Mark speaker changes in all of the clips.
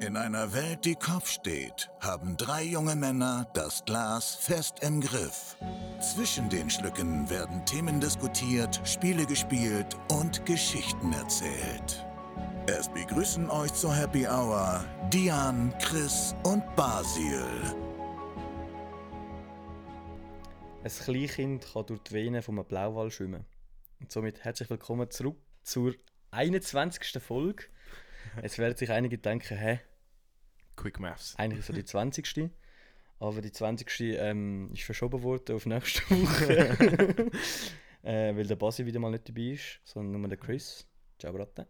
Speaker 1: In einer Welt, die Kopf steht, haben drei junge Männer das Glas fest im Griff. Zwischen den Schlücken werden Themen diskutiert, Spiele gespielt und Geschichten erzählt. Es begrüßen euch zur Happy Hour Dian, Chris und Basil.
Speaker 2: Ein Kleinkind kann durch die Venen vom Blauwall schwimmen. Und somit herzlich willkommen zurück zur 21. Folge. Jetzt werden sich einige denken, hä,
Speaker 3: Quick Maths.
Speaker 2: eigentlich so die 20. Aber die 20. Ähm, ist verschoben worden auf nächste Woche. äh, weil der Basi wieder mal nicht dabei ist, sondern nur der Chris. Ciao, Bratte.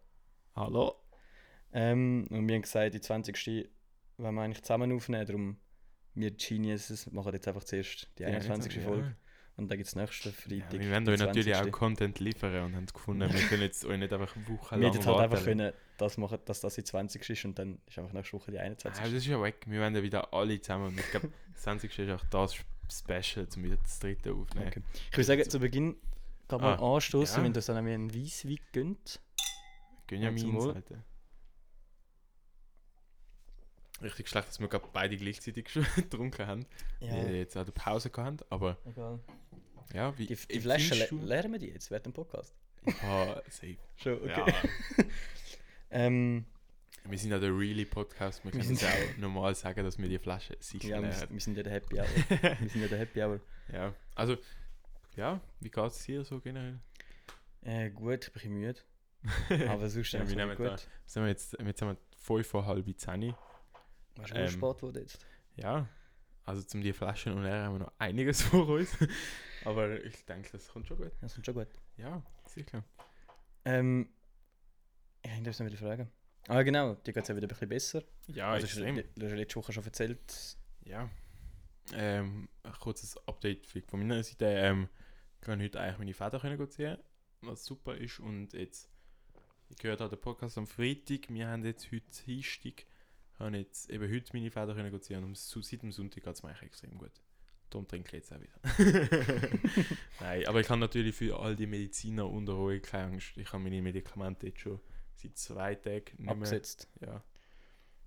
Speaker 3: Hallo.
Speaker 2: Ähm, und wir haben gesagt, die 20. wollen wir eigentlich zusammen aufnehmen. Darum, wir Geniuses machen jetzt einfach zuerst die 21. Folge. Und dann gibt es nächste
Speaker 3: Ja.
Speaker 2: Freitag.
Speaker 3: Ja, wir werden
Speaker 2: die
Speaker 3: euch natürlich
Speaker 2: 20..
Speaker 3: auch Content liefern und haben es gefunden, wir können jetzt euch nicht einfach wochenlang
Speaker 2: Wir hätten halt einfach
Speaker 3: warten.
Speaker 2: können, das machen, dass das die 20. ist und dann ist einfach nächste Woche die 21.
Speaker 3: Ah, das ist ja weg. Wir werden ja wieder alle zusammen. Ich glaube, das 20. ist auch das Special, um wieder das dritte aufzunehmen.
Speaker 2: Okay. Ich würde sagen, zu Beginn kann man
Speaker 3: Ah,
Speaker 2: anstoßen,
Speaker 3: ja.
Speaker 2: wenn das dann nämlich einen Weisswein gönnt.
Speaker 3: Gehen ja
Speaker 2: Ja, zum
Speaker 3: meins,
Speaker 2: Wohl.
Speaker 3: Alter. Richtig schlecht, dass wir gerade beide gleichzeitig schon getrunken haben. Ja. Jetzt auch die Pause gehabt haben, aber
Speaker 2: egal.
Speaker 3: ja, wie
Speaker 2: Die, die
Speaker 3: empfindest
Speaker 2: Flasche le
Speaker 3: du-
Speaker 2: leeren wir die jetzt während dem Podcast.
Speaker 3: Ja, safe.
Speaker 2: Schon, okay.
Speaker 3: Ja.
Speaker 2: Ähm,
Speaker 3: Wir sind ja der Really Podcast, wir können
Speaker 2: sind-
Speaker 3: es auch normal sagen, dass wir die Flasche sicher
Speaker 2: ja, wir,
Speaker 3: leer-
Speaker 2: wir sind ja der Happy Hour. wir sind ja der Happy Hour.
Speaker 3: Ja, also, ja, wie geht es dir so generell?
Speaker 2: Äh, gut, ich bin müde. Aber sonst
Speaker 3: Ja,
Speaker 2: ist
Speaker 3: wir
Speaker 2: es
Speaker 3: nehmen da.
Speaker 2: gut.
Speaker 3: Sind wir jetzt, jetzt haben wir fünf vor halb zehn.
Speaker 2: Weißt
Speaker 3: Ähm,
Speaker 2: du, spät wurde jetzt?
Speaker 3: Ja, also zum die Flaschen und leer haben wir noch einiges vor uns. Aber ich denke, das kommt schon gut.
Speaker 2: Ja, sind schon gut.
Speaker 3: Ja, sicher.
Speaker 2: Ähm, ich habe noch wieder Fragen. Ah, genau, dir geht es ja wieder ein bisschen besser.
Speaker 3: Ja,
Speaker 2: also, hast du-
Speaker 3: extrem.
Speaker 2: du hast ja letzte Woche schon erzählt.
Speaker 3: Ja. Ähm, ein kurzes Update für- von meiner Seite. Ähm, ich kann heute eigentlich meine Väter können gut sehen, was super ist. Und jetzt, ich gehört habe den Podcast am Freitag. Wir haben jetzt heute Dienstag, haben jetzt eben heute meine Väter können gut sehen. Und am Su- seit dem Sonntag geht es mir eigentlich extrem gut. Darum trinke ich jetzt auch wieder. Nein, aber ich habe natürlich für all die Mediziner unter euch keine Angst. Ich habe meine Medikamente jetzt schon seit zwei Tagen nicht mehr.
Speaker 2: Abgesetzt.
Speaker 3: Ja.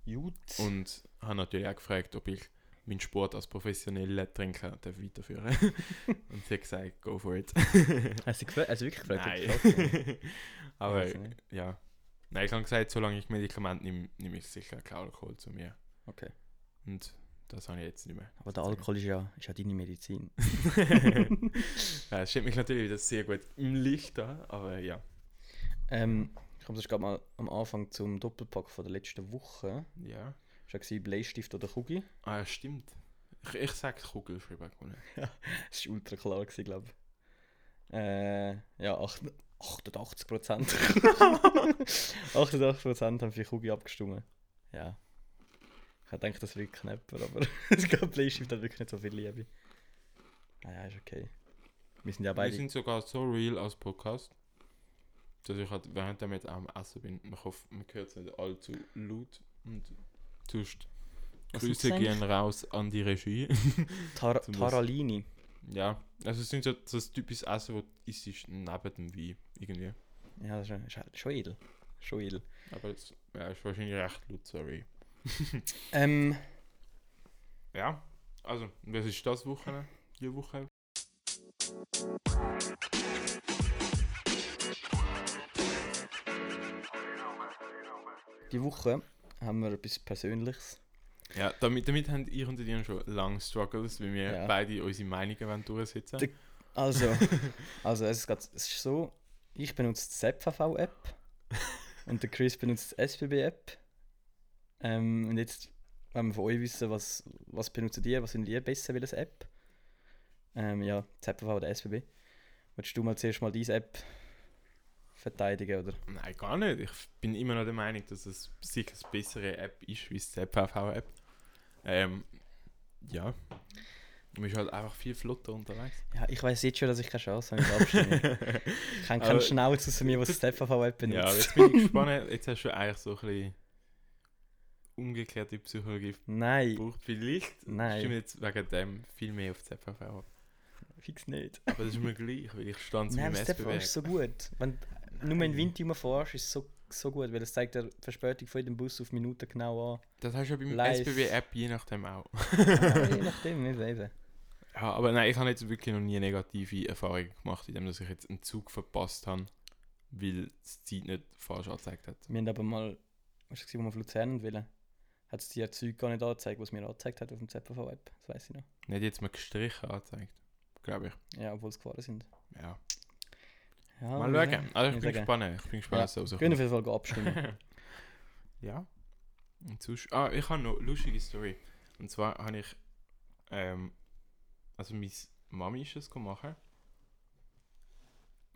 Speaker 2: Gut.
Speaker 3: Und habe natürlich auch gefragt, ob ich meinen Sport als professioneller Trinker darf weiterführen Und sie hat gesagt, go for it.
Speaker 2: Hast du gefra- also wirklich gefragt? ob du Fragen hast?
Speaker 3: Nein. Aber
Speaker 2: Weiß ich nicht.
Speaker 3: ja. Nein, ich habe gesagt, solange ich Medikamente nehme, nehme ich sicher keinen Alkohol zu mir.
Speaker 2: Okay.
Speaker 3: Und das habe ich jetzt nicht mehr.
Speaker 2: Aber der Alkohol ist ja, ist ja deine Medizin.
Speaker 3: Ja, es steht mich natürlich wieder sehr gut im Licht da, aber ja.
Speaker 2: ähm, ich komme gerade mal am Anfang zum Doppelpack von der letzten Woche.
Speaker 3: Ja.
Speaker 2: Das war Bleistift oder Kugi.
Speaker 3: Ah, ja, stimmt. Ich, ich sage Kugelschreiber gewonnen.
Speaker 2: Das war ultra klar, glaube ich. Äh, ja, acht- 88 Prozent. 88 Prozent haben für Kugi abgestimmt. Ja. Ich hätte gedacht, das wird knapper, aber es gab Bleistift hat halt wirklich nicht so viel Liebe. Naja, ist okay. Wir sind ja
Speaker 3: Wir
Speaker 2: beide.
Speaker 3: sind sogar so real als Podcast, dass ich halt während damit am Essen bin. Ich hoffe, man hört es nicht allzu laut. Und sonst
Speaker 2: Was
Speaker 3: Grüße
Speaker 2: hat's eigentlich?
Speaker 3: gehen raus an die Regie.
Speaker 2: Tar
Speaker 3: Zum
Speaker 2: Taralini.
Speaker 3: ja, also es sind so so das typische Essen, wo ist ist neben dem Wein irgendwie.
Speaker 2: Ja, das ist, schon- ist halt schon edel. Schon edel.
Speaker 3: Aber es ja, ist wahrscheinlich recht laut, sorry.
Speaker 2: Ähm,
Speaker 3: Ja, also was ist das Wochenende? Die Woche?
Speaker 2: die Woche haben wir etwas Persönliches.
Speaker 3: Ja, damit, damit haben ihr und ihr schon lange Struggles, weil wir
Speaker 2: Ja.
Speaker 3: beide unsere Meinungen wollen durchsetzen
Speaker 2: Der- Also, also es, ist ganz, es ist so, ich benutze die ZVV-App und der Chris benutzt die SBB-App. Ähm, und jetzt wollen wir von euch wissen, was, was benutzt ihr, was findet ihr besser, welches App? Ähm, ja, ZVV oder SBB. Willst du mal zuerst mal diese App verteidigen, oder?
Speaker 3: Nein, gar nicht. Ich bin immer noch der Meinung, dass es sicher eine bessere App ist, wie die ZPV-App. Ähm, ja. Du bist halt einfach viel flotter unterwegs.
Speaker 2: Ja, ich weiß jetzt schon, dass ich keine Chance habe mit der Abstimmung. ich kann
Speaker 3: Aber-
Speaker 2: keinen Schnauz aus mir, was die FVV-App
Speaker 3: Ja, aber
Speaker 2: benutzt.
Speaker 3: jetzt bin ich gespannt. Jetzt hast du eigentlich so ein bisschen umgekehrte Psychologie
Speaker 2: Nein,
Speaker 3: gebraucht. Vielleicht
Speaker 2: Nein.
Speaker 3: stimme ich jetzt wegen dem viel mehr auf die ZPV ab.
Speaker 2: fix nicht.
Speaker 3: Aber das ist mir gleich, weil ich stand zu
Speaker 2: Nein,
Speaker 3: meinem
Speaker 2: aber das FVV ist
Speaker 3: SBB.
Speaker 2: so gut. Wenn du nur in den Wind herumfährst, ist es so so gut, weil es zeigt die Verspätung von jedem Bus auf Minuten genau an.
Speaker 3: Das hast du ja beim
Speaker 2: Live.
Speaker 3: SBB-App je nachdem auch.
Speaker 2: ja, je nachdem, nicht eben.
Speaker 3: Ja, aber nein, ich habe jetzt wirklich noch nie negative Erfahrungen gemacht, indem dass ich jetzt einen Zug verpasst habe, weil das Zeit nicht falsch angezeigt hat.
Speaker 2: Wir haben aber mal, was war das, wo wir auf Luzern wollen, hat es die Zeug gar nicht angezeigt, was mir angezeigt hat auf dem ZVV-App. Das weiß ich noch.
Speaker 3: Nicht jetzt mal gestrichen angezeigt, glaube ich.
Speaker 2: Ja, obwohl es gefahren sind.
Speaker 3: Ja.
Speaker 2: Ja,
Speaker 3: mal
Speaker 2: wir
Speaker 3: schauen.
Speaker 2: sehen.
Speaker 3: Also
Speaker 2: wir
Speaker 3: ich bin
Speaker 2: Ah, sagen.
Speaker 3: gespannt. Ich bin
Speaker 2: Ja.
Speaker 3: gespannt, was
Speaker 2: Wir
Speaker 3: ja.
Speaker 2: können auf jeden Fall gehen abstimmen.
Speaker 3: ja. Und sonst, ah, ich habe noch eine lustige Story. Und zwar habe ich, ähm, also meine Mami ist es machen,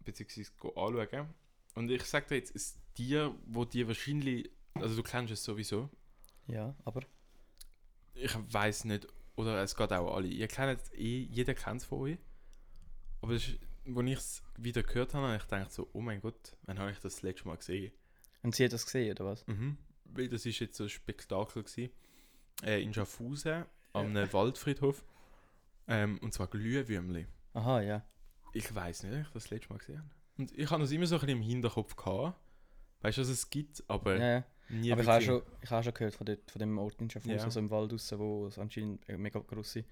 Speaker 3: beziehungsweise go anschauen. Und ich sage dir jetzt, ein Tier, wo dir wahrscheinlich, also du kennst es sowieso,
Speaker 2: ja, aber
Speaker 3: ich weiß nicht, oder es geht auch alle. Ihr kennt es eh, jeder kennt es von euch. Aber das ist, als ich es wieder gehört habe, habe ich gedacht so, oh mein Gott, wann habe ich das, das letzte Mal gesehen?
Speaker 2: Und sie hat das gesehen, oder was?
Speaker 3: Mhm. Weil das ist jetzt so ein Spektakel gewesen. Äh, in Schaffhausen, am einem Waldfriedhof. Ähm, und zwar Glühwürmli.
Speaker 2: Aha, ja.
Speaker 3: Ich weiß nicht, ob ich das letzte Mal gesehen habe. Und ich habe das immer so ein bisschen im Hinterkopf gehabt. Weißt du, dass es gibt, aber
Speaker 2: ja, ja.
Speaker 3: nie
Speaker 2: Aber ich habe
Speaker 3: wirklich.
Speaker 2: schon, ich habe schon gehört von, dort, von dem Ort in Schaffhausen,
Speaker 3: Ja.
Speaker 2: so im Wald draussen, wo es anscheinend eine mega grosse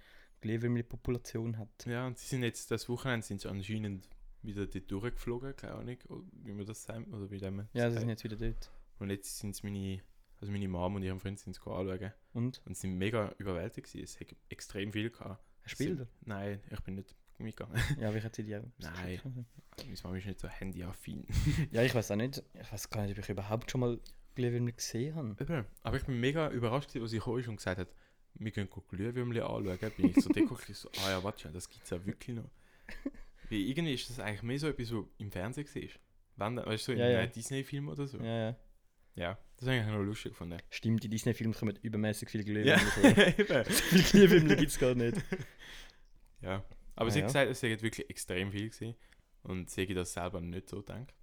Speaker 2: Glühwürmli-Population hat.
Speaker 3: Ja, und sie sind jetzt das Wochenende sind sie anscheinend wieder dort durchgeflogen, keine Ahnung, oder wie man das sagt, oder wie dem man
Speaker 2: Ja,
Speaker 3: das
Speaker 2: sie sind
Speaker 3: sagt.
Speaker 2: jetzt wieder dort.
Speaker 3: Und jetzt sind es meine, also meine Mom und ihrem Freund sind es anschauen.
Speaker 2: Und?
Speaker 3: Und sie sind mega überwältigt gewesen. Es hat extrem viel gehabt.
Speaker 2: Hast du Bilder?
Speaker 3: Sie- Nein, ich bin nicht mitgegangen.
Speaker 2: Ja, welche Zeit die auch?
Speaker 3: Nein. Meine Mom ist nicht so handyaffin.
Speaker 2: Ja, ich weiß auch nicht. Ich weiß gar nicht, ob ich überhaupt schon mal Glühwürmli gesehen habe.
Speaker 3: Eben. Aber ich bin mega überrascht gewesen, als sie gekommen ist und gesagt hat, wir können go Glühwürmli anschauen. Bin ich so dekorativ so, ah ja, warte schon, das gibt es ja wirklich noch. Weil irgendwie ist das eigentlich mehr so etwas, was im Fernsehen war. Wenn, dann- weißt du, so in
Speaker 2: Ja, ja.
Speaker 3: einem Disney-Film oder so. Ja.
Speaker 2: Ja, ja.
Speaker 3: das habe ich noch lustig gefunden.
Speaker 2: Stimmt, in Disney-Filmen kommen übermäßig viele
Speaker 3: Ja,
Speaker 2: Glühwürmli vor.
Speaker 3: eben.
Speaker 2: So viele Glühwürmli gibt es gar nicht.
Speaker 3: Ja. Aber
Speaker 2: Ah,
Speaker 3: sie
Speaker 2: ja.
Speaker 3: hat gesagt, es sei wirklich extrem viel gewesen. Und sie hätte das selber nicht so gedacht.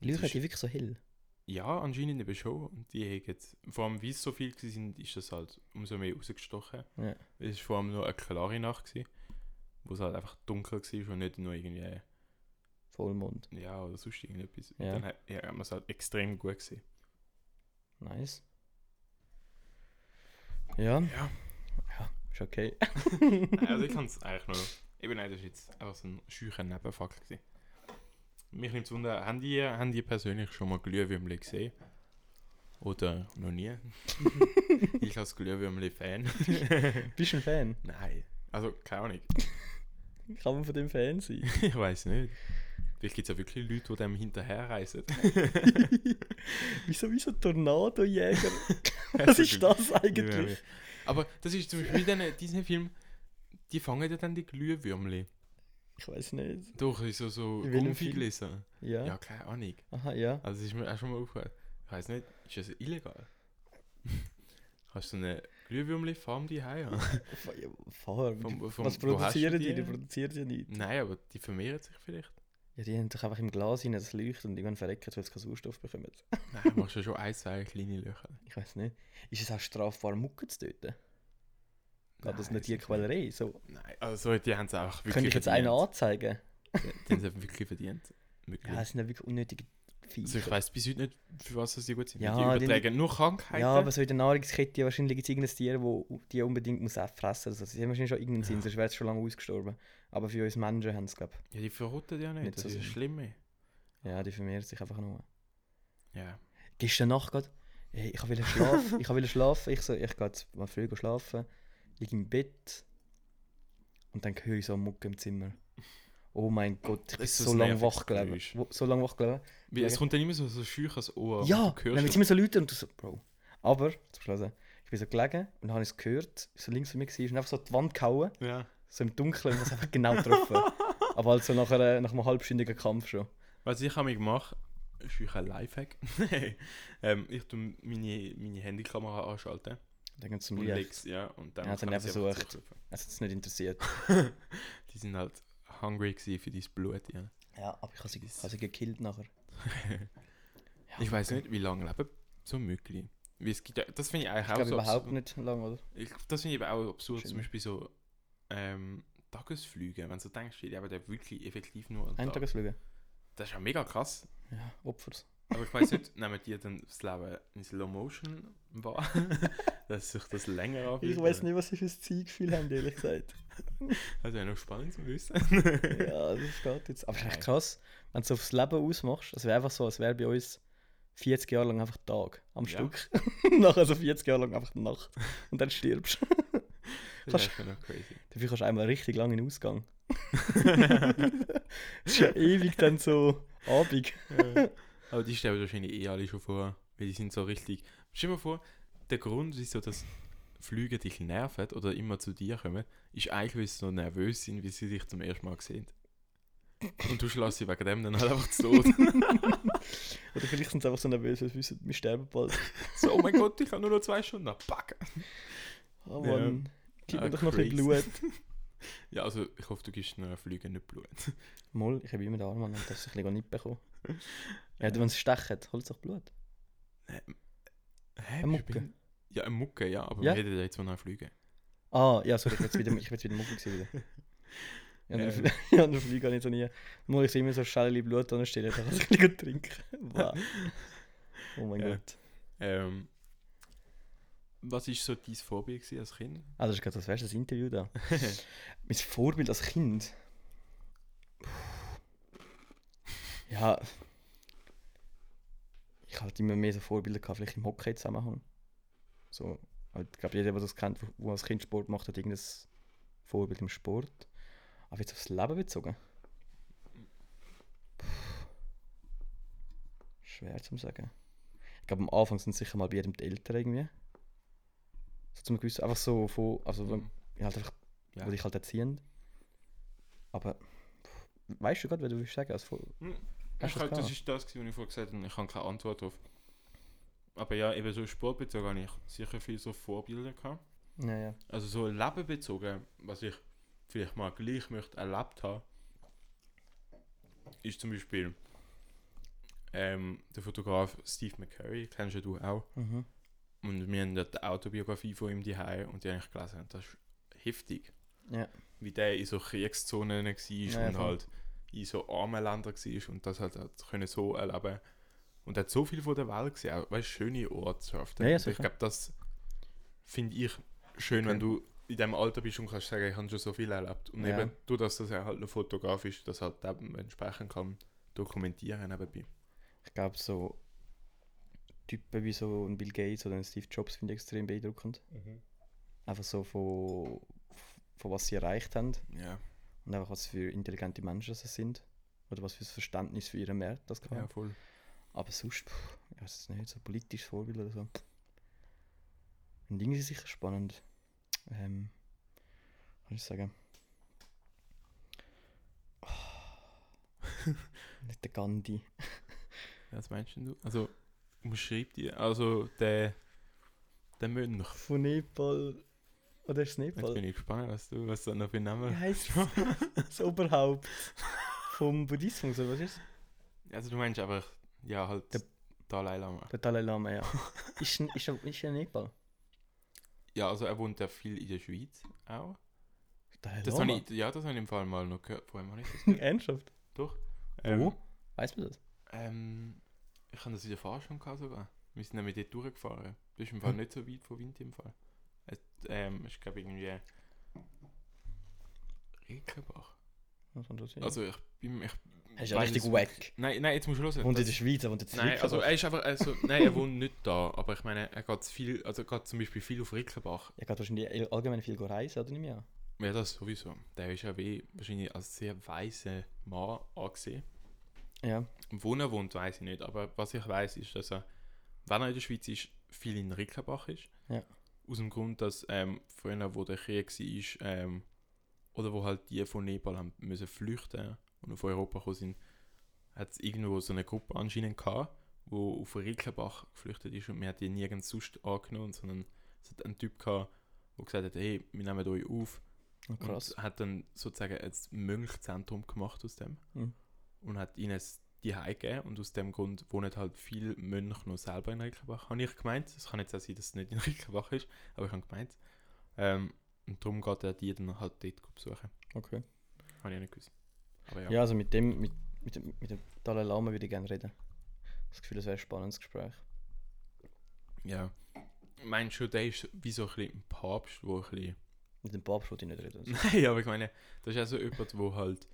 Speaker 3: Und
Speaker 2: Leuchten
Speaker 3: das
Speaker 2: die
Speaker 3: ist-
Speaker 2: wirklich so hell?
Speaker 3: Ja, anscheinend eben schon. Und die haben, vor allem, weil es so viel waren, ist das halt umso mehr rausgestochen.
Speaker 2: Ja.
Speaker 3: Es war vor allem nur eine klare Nacht, gewesen, wo es halt einfach dunkel war und nicht nur irgendwie,
Speaker 2: Vollmond.
Speaker 3: ja, oder sonst irgendetwas. Und
Speaker 2: Ja.
Speaker 3: Dann hat, ja, hat man es halt extrem gut gesehen.
Speaker 2: Nice. Ja.
Speaker 3: Ja.
Speaker 2: Ja, ist okay.
Speaker 3: Nein, also ich kann es eigentlich nur, eben nein, das ist jetzt einfach so ein scheuer Nebenfakt gewesen. Mich nimmt es wunder, haben die, haben die persönlich schon mal Glühwürmli gesehen? Oder noch nie? ich als Glühwürmli-Fan.
Speaker 2: Bist du ein Fan?
Speaker 3: nein, also keine Ahnung.
Speaker 2: Kann man von dem Fan sein?
Speaker 3: Ich weiß nicht. Vielleicht gibt es ja wirklich Leute, die dem hinterherreisen.
Speaker 2: Wieso, wieso Tornadojäger? Was
Speaker 3: Also
Speaker 2: ist
Speaker 3: du-
Speaker 2: das
Speaker 3: Ja,
Speaker 2: eigentlich?
Speaker 3: ja. Aber das ist zum Beispiel in diesen Disney-Filmen, die fangen ja dann die Glühwürmli.
Speaker 2: Ich weiß nicht.
Speaker 3: Doch, ist so, so
Speaker 2: In welchem
Speaker 3: Gumpfi
Speaker 2: Film?
Speaker 3: gelesen.
Speaker 2: Ja.
Speaker 3: Ja, keine Ahnung.
Speaker 2: Aha, ja.
Speaker 3: Also das ist mir auch schon mal aufgehört. Ich weiß nicht, ist das illegal? Hast du eine Glühwürmli-Farm die ja?
Speaker 2: F- ja, Fahr,
Speaker 3: Vom-
Speaker 2: die-
Speaker 3: vom-
Speaker 2: was
Speaker 3: wo hast du
Speaker 2: produzieren die?
Speaker 3: die?
Speaker 2: Die produzieren ja nicht.
Speaker 3: Nein, aber die vermehren sich vielleicht.
Speaker 2: Ja, die haben doch einfach im Glas rein, das leuchtet und irgendwann verrecken, weil sie keinen Sauerstoff bekommen.
Speaker 3: Nein, du machst ja schon ein, zwei kleine Löcher.
Speaker 2: Ich weiß nicht. Ist es auch strafbar, Mucke zu töten? Geht das
Speaker 3: Nein,
Speaker 2: nicht die
Speaker 3: sicher nicht.
Speaker 2: Quälerei? So.
Speaker 3: Nein, also so, die haben es einfach wirklich
Speaker 2: Könnte ich jetzt einen anzeigen?
Speaker 3: Die haben es wirklich verdient. Wirklich.
Speaker 2: Ja, das sind ja wirklich unnötige
Speaker 3: also ich
Speaker 2: Viecher.
Speaker 3: weiß bis heute nicht, für was das die gut sind.
Speaker 2: Ja,
Speaker 3: die
Speaker 2: die-
Speaker 3: übertragen nur Krankheiten.
Speaker 2: ja, aber so in der Nahrungskette wahrscheinlich gibt es irgendein Tier, wo die unbedingt muss auch fressen muss. Also, sie haben wahrscheinlich schon irgendeinen Sinn, sonst wäre es schon lange ausgestorben. Aber für uns Menschen haben es, glaube
Speaker 3: ja die verrotten ja nicht.
Speaker 2: Nicht
Speaker 3: das
Speaker 2: so
Speaker 3: ist das
Speaker 2: sind.
Speaker 3: Schlimme.
Speaker 2: Ja, die vermehren sich einfach nur.
Speaker 3: Ja.
Speaker 2: Gestern Nacht gerade, hey, ich wollte schlafen, ich wollte schlafen, ich so, ich gehe jetzt mal früh schlafen, liege im Bett und dann höre ich so Mucke im Zimmer. Oh mein Gott, ich bin
Speaker 3: Ist das
Speaker 2: so lange
Speaker 3: nervig,
Speaker 2: wach gelegen.
Speaker 3: Geräusch?
Speaker 2: Wo- So lange wach gelegen.
Speaker 3: Weil es
Speaker 2: Ja.
Speaker 3: kommt dann immer so, so schüch ans Ohr.
Speaker 2: ja,
Speaker 3: und Oh, du
Speaker 2: dann
Speaker 3: hörst
Speaker 2: sind immer so Leute und du so, Bro. Aber, zum Schluss, ich bin so gelegen und habe es gehört, so links von mir war und einfach so die Wand gehauen,
Speaker 3: es. Ja.
Speaker 2: so im Dunkeln und habe es einfach genau getroffen. Aber halt so nach, einer, nach einem halbstündigen Kampf schon.
Speaker 3: Was ich habe gemacht, ist euch ein Lifehack. ähm, ich tue meine, meine Handykamera anschalten.
Speaker 2: Dann gehen sie zum
Speaker 3: Und
Speaker 2: Licht.
Speaker 3: leg's, ja. Und dann
Speaker 2: Ja, hat er
Speaker 3: kann ich
Speaker 2: nicht
Speaker 3: sie einfach
Speaker 2: versucht.
Speaker 3: zurückrufen.
Speaker 2: Also, das nicht interessiert.
Speaker 3: Die sind halt hungry gewesen für dein Blut, ja.
Speaker 2: Ja, aber ich habe sie, ich habe sie gekillt nachher. Ja,
Speaker 3: Ich weiß nicht, wie lange leben so Mückli. Weil es gibt ja, das finde ich eigentlich
Speaker 2: Ich
Speaker 3: auch
Speaker 2: glaube
Speaker 3: so
Speaker 2: überhaupt
Speaker 3: absurd.
Speaker 2: nicht lang, oder?
Speaker 3: Ich, das finde ich eben auch absurd, zum
Speaker 2: Schön.
Speaker 3: Beispiel so ähm, Tagesflüge, wenn du so denkst, die leben ja wirklich effektiv nur einen Tag.
Speaker 2: Eintagesflüge.
Speaker 3: Das ist ja mega krass.
Speaker 2: Ja, Opfers.
Speaker 3: Aber ich weiß nicht, nehmen die dann das Leben in Slow Motion wahr? dass sich das länger anfühlt?
Speaker 2: Ich weiß nicht, was sie für ein Zeitgefühl haben, ehrlich gesagt.
Speaker 3: Also wäre noch spannend zu wissen.
Speaker 2: ja, das geht jetzt. Aber es ist echt krass, wenn du es aufs Leben ausmachst, es wäre einfach so, als wäre bei uns 40 Jahre lang einfach Tag am
Speaker 3: Ja.
Speaker 2: Stück. Nachher so 40 Jahre lang einfach Nacht. Und dann stirbst du.
Speaker 3: Das ist noch crazy.
Speaker 2: Dafür kannst du einmal richtig lang in den Ausgang. Das ist ja ewig dann so Abend.
Speaker 3: Ja. Aber die stellen wahrscheinlich eh alle schon vor, weil die sind so richtig. Stell dir mal vor, der Grund, wieso das Flüge dich nerven oder immer zu dir kommen, ist eigentlich, weil sie so nervös sind, wie sie dich zum ersten Mal sehen. Und du schlägst sie wegen dem dann halt einfach zu Tod.
Speaker 2: Oder vielleicht sind sie einfach so nervös, weil sie wissen, wir sterben bald.
Speaker 3: so, oh mein Gott, ich habe nur noch zwei Stunden. Pack!
Speaker 2: Oh
Speaker 3: Ja.
Speaker 2: Mann, gib
Speaker 3: Ah,
Speaker 2: mir doch noch ein bisschen
Speaker 3: crazy.
Speaker 2: Blut.
Speaker 3: Ja, also ich hoffe, du gibst einem Flüge nicht Blut.
Speaker 2: Moll, ich habe immer den Arm an und das ich gar nicht bekommen. Ja, wenn es stechen, holt es doch Blut.
Speaker 3: Hä,
Speaker 2: Eine
Speaker 3: bist du
Speaker 2: Mucke.
Speaker 3: behindert? Ja, eine Mucke, ja, aber
Speaker 2: Ja.
Speaker 3: wir reden ja jetzt von einem Flüge.
Speaker 2: Ah, ja, sorry, ich bin jetzt wieder, ich bin jetzt wieder Muffel gewesen. Wieder. Ja,
Speaker 3: Ja.
Speaker 2: der Fl- ja, der Flieger nicht so nie. Muss ich so immer so Schelle Blut anstellen, dann kann ich ein bisschen trinken. Wow. Oh mein
Speaker 3: Ja.
Speaker 2: Gott.
Speaker 3: Ähm, was ist so dein Phobie gewesen als Kind?
Speaker 2: Ah, das ist gerade das erste Interview da. mein Vorbild als Kind. Puh. Ja. Ich hatte immer mehr so Vorbilder gehabt, vielleicht im Hockey zusammenhang. So, halt, ich glaube, jeder, der das kennt, der als Kind Sport macht, hat irgendein Vorbild im Sport. Aber jetzt aufs Leben bezogen. Puh. Schwer zu sagen. Ich glaube, am Anfang sind sicher mal bei jedem die Eltern irgendwie. So zum gewissen, einfach so von, also wenn- ja, halt einfach,
Speaker 3: Ja.
Speaker 2: wo dich halt erziehen. Aber pff, weißt du gerade, was du willst sagen? Also, voll-
Speaker 3: Hm.
Speaker 2: Hast
Speaker 3: Ich
Speaker 2: du
Speaker 3: hab,
Speaker 2: das
Speaker 3: das
Speaker 2: gehabt?
Speaker 3: ist das, gewesen, was ich vorher gesagt habe. Ich habe keine Antwort darauf. Aber ja, eben so sportbezogen habe ich sicher viel so Vorbilder gehabt.
Speaker 2: Ja, ja.
Speaker 3: Also so lebenbezogen, was ich vielleicht mal gleich möchte erlebt haben, ist zum Beispiel ähm, der Fotograf Steve McCurry, kennst ja du auch.
Speaker 2: Mhm.
Speaker 3: Und wir haben ja die Autobiografie von ihm daheim und die habe ich gelesen. Und das ist heftig.
Speaker 2: Ja.
Speaker 3: Wie der in so Kriegszonen war
Speaker 2: Ja,
Speaker 3: und
Speaker 2: voll.
Speaker 3: halt in so armen Ländern war und das halt hat können so erleben Und er hat so viel von der Welt gesehen, auch weißt, schöne Ortschaften.
Speaker 2: Ja, ja,
Speaker 3: Und ich
Speaker 2: sicher.
Speaker 3: glaube, das finde ich schön, wenn du in diesem Alter bist und kannst sagen, ich habe schon so viel erlebt. Und
Speaker 2: Ja.
Speaker 3: eben, du, dass das ja halt noch fotografisch, dass halt eben entsprechend kann dokumentieren nebenbei.
Speaker 2: Ich glaube, so Typen wie so ein Bill Gates oder ein Steve Jobs finde ich extrem beeindruckend.
Speaker 3: Mhm.
Speaker 2: Einfach so von, von was sie erreicht haben
Speaker 3: Ja,
Speaker 2: und einfach was für intelligente Menschen sie sind. Oder was für ein Verständnis für ihren Markt das kann.
Speaker 3: ja, voll.
Speaker 2: Aber sonst, pff, ich weiß es nicht, so politisches Vorbild oder so. Ein Ding ist sicher spannend. Ähm, was soll ich sagen? nicht der Gandhi.
Speaker 3: Ja, Was meinst denn du? Also, umschreib die, also der, der Mönch.
Speaker 2: Von Nepal. Oder ist es
Speaker 3: Jetzt
Speaker 2: Nepal?
Speaker 3: bin ich gespannt, was du, was da noch für
Speaker 2: Wie
Speaker 3: Namen
Speaker 2: heißt das Oberhaupt vom Buddhismus, oder was ist es?
Speaker 3: Also, du meinst einfach, ja, halt
Speaker 2: Der-
Speaker 3: Dalai Lama.
Speaker 2: Der Dalai Lama, ja. Ist, ein- ist, er- ist er in Nepal?
Speaker 3: Ja, also er wohnt ja viel in der Schweiz auch.
Speaker 2: Dalai
Speaker 3: Das habe ich, ja, das habe ich im Fall mal noch gehört. Vorher habe ich das gehört.
Speaker 2: Ernsthaft?
Speaker 3: Doch.
Speaker 2: Wo? Weiß man das?
Speaker 3: Ähm, ich habe das in der Fahrschule gehabt sogar. Wir sind nämlich dort durchgefahren. Das ist im Fall
Speaker 2: Hm.
Speaker 3: nicht so weit von Wind im Fall. Es, ähm, ich glaube irgendwie... Rickenbach.
Speaker 2: Was soll das sein?
Speaker 3: Also ich bin... Ich
Speaker 2: Er ist ja
Speaker 3: weiss
Speaker 2: richtig
Speaker 3: es
Speaker 2: wack.
Speaker 3: Nein, nein, jetzt musst du hören.
Speaker 2: Wohnt in
Speaker 3: Das-
Speaker 2: der Schweiz, er wohnt jetzt in
Speaker 3: Nein, also
Speaker 2: Rickenbach.
Speaker 3: er ist einfach, also, nein, er wohnt nicht da, aber ich meine, er geht viel, also er geht zum Beispiel viel auf Rickenbach.
Speaker 2: Er geht wahrscheinlich allgemein viel reisen, oder nicht mehr?
Speaker 3: Ja, das sowieso. Der ist ja wie wahrscheinlich als sehr weiser Mann angesehen.
Speaker 2: Ja.
Speaker 3: Wo er wohnt, weiß ich nicht, aber was ich weiß, ist, dass er, wenn er in der Schweiz ist, viel in Rickenbach ist.
Speaker 2: Ja.
Speaker 3: Aus dem Grund, dass ähm, früher, wo der Krieg war, ähm, oder wo halt die von Nepal haben müssen flüchten und auf Europa gekommen sind, hat es irgendwo so eine Gruppe anscheinend gehabt, wo auf Rickenbach geflüchtet ist und man hat die nirgends sonst angenommen, sondern es hat einen Typ gehabt, der gesagt hat, hey, wir nehmen euch auf
Speaker 2: Oh, krass.
Speaker 3: und hat dann sozusagen ein Mönchzentrum gemacht aus dem.
Speaker 2: Mhm.
Speaker 3: Und hat ihnen die Heim gegeben. Und aus dem Grund wohnen halt viele Mönche noch selber in Rickenbach. Habe ich gemeint. Es kann jetzt auch sein, dass es nicht in Rickenbach ist, aber ich habe gemeint. Ähm, und darum geht er die dann halt dort besuchen.
Speaker 2: Okay.
Speaker 3: Habe ich auch nicht gewusst. Aber ja.
Speaker 2: Ja, also mit dem, mit, mit, dem- mit dem Dalai Lama würde ich gerne reden. das Gefühl, das wäre ein spannendes Gespräch.
Speaker 3: Ja. Meinst du, der ist wie so ein bisschen ein Papst, wo ein bisschen...
Speaker 2: Mit dem Papst wollte ich nicht reden.
Speaker 3: Nein, aber ich meine, das ist auch so jemand, wo halt...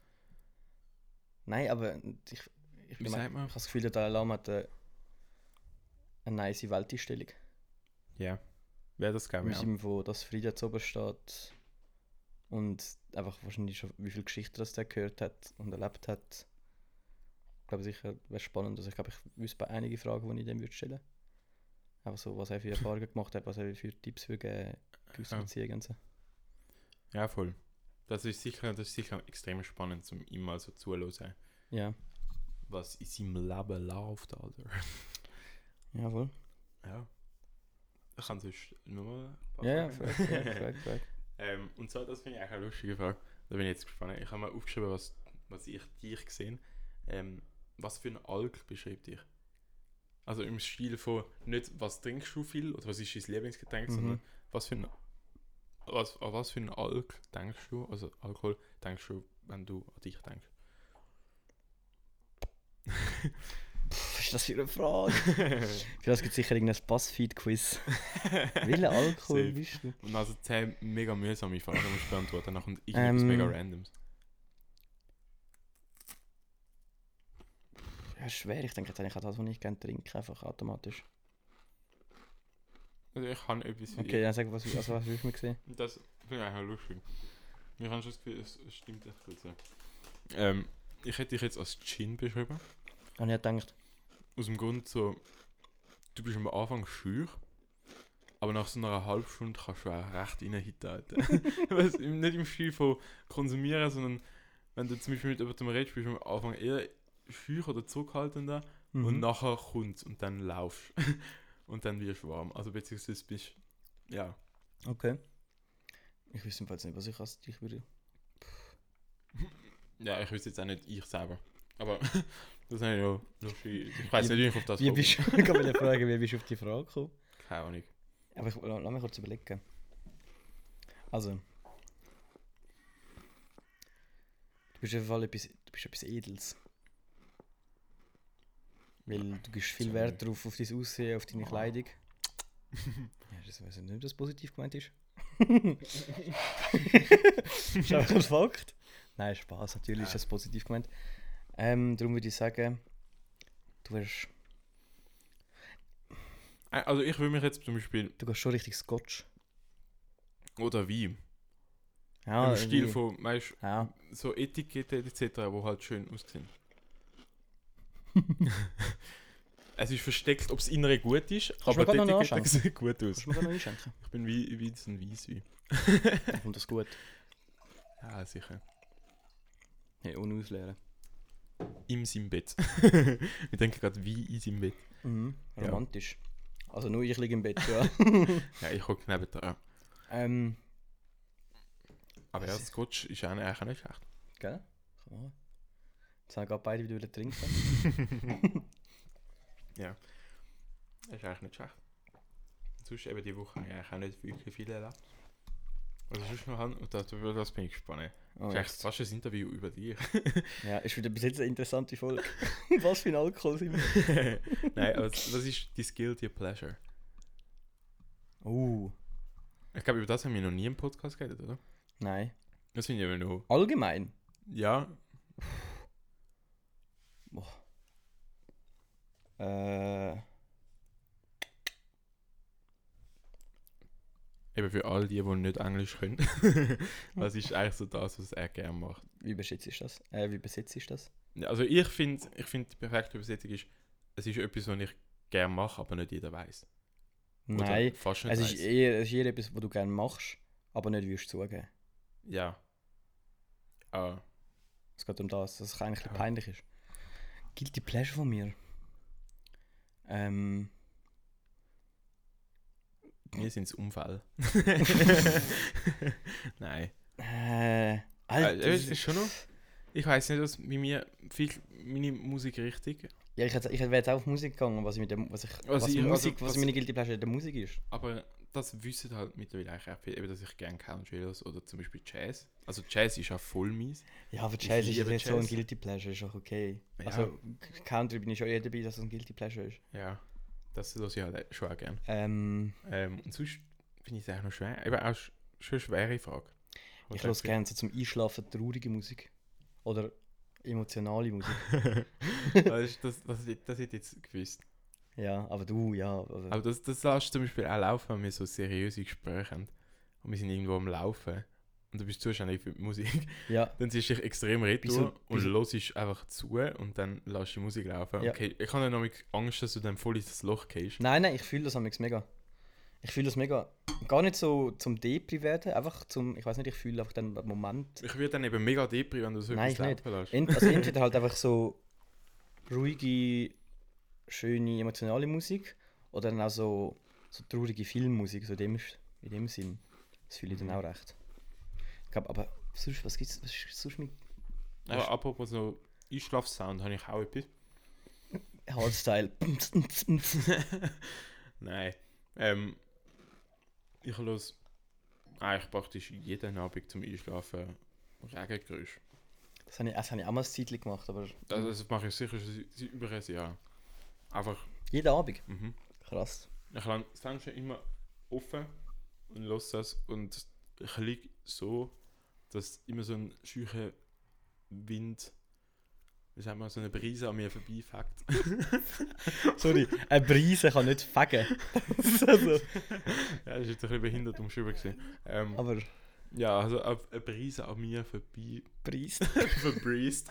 Speaker 2: Nein, aber ich, ich,
Speaker 3: Wie
Speaker 2: ich, mein,
Speaker 3: sagt
Speaker 2: ich
Speaker 3: man?
Speaker 2: habe das Gefühl, der Dalai Lama hat eine, eine nice Welteinstellung.
Speaker 3: Ja. Wäre das
Speaker 2: Im
Speaker 3: gegeben, ja.
Speaker 2: Sinne von, dass Frieden zu oben steht und einfach wahrscheinlich schon, wie viele Geschichten das der gehört hat und erlebt hat. Ich glaube, sicher wäre spannend. Also ich glaube, ich wüsste bei einigen Fragen, die ich dem würde stellen. Einfach so, was er für Erfahrungen gemacht hat, was er für Tipps würde geben, gewisse
Speaker 3: Ja.
Speaker 2: Beziehungen und so.
Speaker 3: Ja, voll. Das ist sicher, das ist sicher extrem spannend, zum ihm mal so zuhören,
Speaker 2: Ja,
Speaker 3: was in seinem Leben läuft, Alter.
Speaker 2: jawohl.
Speaker 3: Ja. Ich kann sonst nur ein paar
Speaker 2: Ja, ja,
Speaker 3: Fragen.
Speaker 2: frag, ja, frag, frag.
Speaker 3: ähm, Und so, das finde ich eigentlich eine lustige Frage. Da bin ich jetzt gespannt. Ich habe mal aufgeschrieben, was, was ich dich gesehen ähm, Was für ein Alk beschreibt dich? Also im Stil von nicht, was trinkst du viel oder was ist dein Lieblingsgetränk,
Speaker 2: Mhm.
Speaker 3: sondern was für ein was, an was für ein Alk denkst du, also Alkohol denkst du, wenn du an dich denkst?
Speaker 2: Was ist das für eine Frage? für das gibt es sicher irgendein Buzzfeed-Quiz. Welchen Alkohol
Speaker 3: Safe.
Speaker 2: bist du?
Speaker 3: Und also 10 mega mühsame Fragen musst du beantworten, dann kommt irgendwas
Speaker 2: Ähm.
Speaker 3: mega randoms.
Speaker 2: Ja, schwer. Ich denke jetzt eigentlich an das, was ich gerne trinke, einfach automatisch.
Speaker 3: Also ich habe etwas für
Speaker 2: Okay, dann sag, was, also, was willst du mir sehen?
Speaker 3: dich. Das finde ich eigentlich auch lustig. Ich habe schon das Gefühl, es es stimmt echt gut so. Ähm, ich hätte dich jetzt als Gin beschrieben.
Speaker 2: Und ich habe gedacht,
Speaker 3: Aus dem Grund so, du bist am Anfang schüch, aber nach so einer halben Stunde kannst du auch recht reinhitten, Alter. Weißt du, nicht im Stil von konsumieren, sondern wenn du zum Beispiel mit jemandem redest, bist du am Anfang eher schüch oder zurückhaltender. Und
Speaker 2: mhm.
Speaker 3: nachher kommt und dann laufst. und dann wirst du warm. Also beziehungsweise bist ja.
Speaker 2: okay. Ich wüsste jedenfalls nicht, was ich als dich würde.
Speaker 3: Ja, ich wüsste jetzt auch nicht ich selber. Aber das habe ich ja lustig. Ich weiß nicht, wie ich auf das
Speaker 2: Wie
Speaker 3: komme.
Speaker 2: bist du, ich wollte fragen, wie bist du auf die Frage gekommen?
Speaker 3: Keine Ahnung.
Speaker 2: Aber ich, lass mich kurz überlegen. Also. Du bist auf jeden Fall etwas, du bist etwas Edels. Weil du gibst viel
Speaker 3: Sorry.
Speaker 2: Wert drauf, auf dein Aussehen, auf deine
Speaker 3: Ah.
Speaker 2: Kleidung. Ja, das weiß ich nicht, ob das positiv gemeint ist. ist einfach ein Fakt. Nein, Spaß, natürlich ist das positiv gemeint. Ähm, darum würde ich sagen, du, wärst,
Speaker 3: Äh, Also ich würde mich jetzt zum Beispiel.
Speaker 2: du gehst schon richtig Scotch.
Speaker 3: Oder wie?
Speaker 2: Ja,
Speaker 3: Im Stil
Speaker 2: irgendwie.
Speaker 3: von, weißt
Speaker 2: Ja.
Speaker 3: du, so Etikette etc., wo halt schön aussehen. es ist versteckt, ob das Innere gut ist,
Speaker 2: mir
Speaker 3: aber
Speaker 2: gerade
Speaker 3: die
Speaker 2: noch
Speaker 3: Etikette sieht gut
Speaker 2: Kannst
Speaker 3: aus.
Speaker 2: du mir da noch einschenken?
Speaker 3: Ich bin wie, wie so ein Weißwein.
Speaker 2: Dann kommt das gut.
Speaker 3: Ja, sicher.
Speaker 2: Hey, ohne ausleeren.
Speaker 3: im seinem Bett. Wir denken gerade, wie in seinem Bett.
Speaker 2: Mhm.
Speaker 3: Ja.
Speaker 2: Romantisch. Also nur ich liege im Bett, ja.
Speaker 3: Ja, ich hocke neben dran.
Speaker 2: ähm,
Speaker 3: Aber ja, Scotch ist auch nicht, eigentlich auch nicht schlecht.
Speaker 2: gell? Kann man. Jetzt haben wir gerade beide wieder wollen trinken.
Speaker 3: Das ist eigentlich nicht schlecht. Sonst eben die Woche habe ich eigentlich auch nicht wirklich viel erlebt. Also sonst noch an, und das, über das bin ich gespannt.
Speaker 2: Oh,
Speaker 3: Das ist eigentlich
Speaker 2: jetzt.
Speaker 3: fast ein Interview über dich.
Speaker 2: Ja, ist wieder bis jetzt eine interessante Folge. Was für ein Alkohol sind wir?
Speaker 3: Nein, aber das das ist die Skill, die Pleasure.
Speaker 2: Uh,
Speaker 3: Ich glaube, über das haben wir noch nie im Podcast geredet, oder?
Speaker 2: nein.
Speaker 3: Das finde ich aber noch.
Speaker 2: Allgemein?
Speaker 3: Ja,
Speaker 2: Äh,
Speaker 3: eben für all die, die nicht Englisch können. das ist eigentlich so das, was er gerne macht.
Speaker 2: wie besetzt ist das? Äh, wie besetzt ist das?
Speaker 3: Ja, Also ich finde, ich find, die perfekte Übersetzung ist, es ist etwas, was ich gerne mache, aber nicht jeder weiß.
Speaker 2: Nein.
Speaker 3: Fast nicht
Speaker 2: Es ist,
Speaker 3: weiss.
Speaker 2: eher, es ist eher etwas, was du gerne machst, aber nicht würdest zugeben.
Speaker 3: Ja. Ah,
Speaker 2: Es geht um das, dass es ein bisschen
Speaker 3: Ja.
Speaker 2: peinlich ist. Gilt die Pleasure von mir? Ähm,
Speaker 3: wir sind das Unfall. Nein.
Speaker 2: äh,
Speaker 3: Äh,
Speaker 2: Alter,
Speaker 3: es ist schon noch. Ich weiß nicht, was bei mir viel meine Musikrichtung,
Speaker 2: Ja, ich, hätte- ich wäre jetzt auch auf Musik gegangen, was ich mit der Mu- was ich, was
Speaker 3: ich- also,
Speaker 2: Musik, was,
Speaker 3: was-
Speaker 2: meine Guilty Pleasure der Musik ist.
Speaker 3: aber das wissen halt mittlerweile eigentlich auch viel, eben, dass ich gerne Country höre oder zum Beispiel Jazz. Also Jazz ist auch voll mies.
Speaker 2: Ja, aber Jazz ist
Speaker 3: liebe
Speaker 2: jetzt so ein
Speaker 3: Jazz.
Speaker 2: Guilty Pleasure, ist auch okay.
Speaker 3: Ja.
Speaker 2: Also Country bin ich schon eher dabei, dass es ein Guilty Pleasure ist.
Speaker 3: Ja, das höre ich halt schon auch gerne.
Speaker 2: Ähm,
Speaker 3: Ähm, und sonst finde ich es auch noch schwer. Eben auch sch- schon eine schwere Frage. Aber
Speaker 2: ich höre
Speaker 3: denke,
Speaker 2: gerne so zum Einschlafen traurige Musik. Oder emotionale Musik.
Speaker 3: das, ist- das, das, das hätte ich jetzt gewusst.
Speaker 2: ja, aber du, ja. Also,
Speaker 3: Aber das, das lässt du zum Beispiel auch laufen, wenn wir so seriöse Gespräche haben. Und wir sind irgendwo am Laufen. Und du bist zuständig für die Musik.
Speaker 2: ja,
Speaker 3: Dann ziehst du dich extrem
Speaker 2: Wieso-
Speaker 3: retour und
Speaker 2: wieso-
Speaker 3: hörst einfach zu und dann lässt du die Musik laufen.
Speaker 2: Ja.
Speaker 3: Okay, ich habe dann noch mit Angst, dass du dann voll in das Loch gehst.
Speaker 2: Nein, nein, ich fühle das amigs mega. Ich fühle das mega. Gar nicht so zum Depri werden, einfach zum. Ich weiß nicht, ich fühle einfach den Moment.
Speaker 3: Ich würde dann eben mega depri, wenn du so
Speaker 2: Nein, ich nicht.
Speaker 3: laufen lässt.
Speaker 2: Ent, also entweder halt einfach so ruhige, schöne, emotionale Musik oder dann auch so, so traurige Filmmusik, so dem, in dem Sinn. Das fühle ich
Speaker 3: Mhm.
Speaker 2: dann auch recht. Ich glaube, aber sonst, was gibt's, was ist sonst mit
Speaker 3: Aber apropos so Einschlafsound, habe ich auch etwas.
Speaker 2: Hardstyle?
Speaker 3: Nein. Ähm, ich höre eigentlich praktisch jeden Abend zum Einschlafen Regengeräusch.
Speaker 2: das habe ich, das habe ich auch mal eine Zeit lang gemacht, aber
Speaker 3: Also das mache ich sicher schon seit über ein Jahr. Einfach,
Speaker 2: jeden Abend.
Speaker 3: mhm.
Speaker 2: Krass.
Speaker 3: Ich lasse das Fenster immer offen und lasse das und ich liege so, dass immer so ein schücher Wind, wie sagen wir, so eine Brise an mir vorbeifegt.
Speaker 2: Sorry, eine Brise kann nicht fegen. also,
Speaker 3: ja, das ist jetzt ein bisschen behindert um umschrieben gewesen. Ähm,
Speaker 2: aber
Speaker 3: ja, also eine eine Brise an mir vorbei
Speaker 2: Preis.
Speaker 3: verbreezed.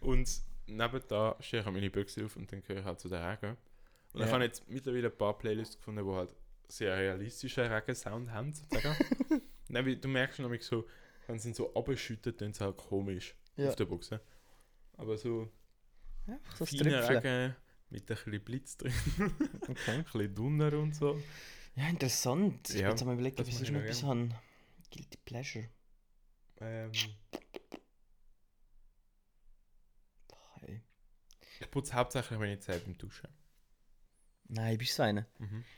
Speaker 3: und neben da stehe ich an meine Büchse auf und dann gehöre ich halt zu den Regen. Und ich
Speaker 2: Ja.
Speaker 3: habe jetzt mittlerweile ein paar Playlists gefunden, die halt sehr realistischen Regen-Sound haben, sozusagen. Nein, weil du merkst nämlich so, wenn es ihn so abschüttet, dann ist es halt komisch
Speaker 2: Ja.
Speaker 3: auf der Boxe. Aber so
Speaker 2: Ja, so ein
Speaker 3: feiner
Speaker 2: Tröpfchen.
Speaker 3: Regen mit ein bisschen Blitz drin,
Speaker 2: Okay.
Speaker 3: ein bisschen dunner und so.
Speaker 2: Ja, interessant. Ich
Speaker 3: Ja,
Speaker 2: bin jetzt mal überlegt,
Speaker 3: das
Speaker 2: ob ich
Speaker 3: mache
Speaker 2: sonst
Speaker 3: ich
Speaker 2: noch
Speaker 3: noch
Speaker 2: etwas habe. Guilty Pleasure.
Speaker 3: Ähm,
Speaker 2: Boah, ey.
Speaker 3: ich putze hauptsächlich meine Zähne beim Duschen.
Speaker 2: Nein, bist du so einer?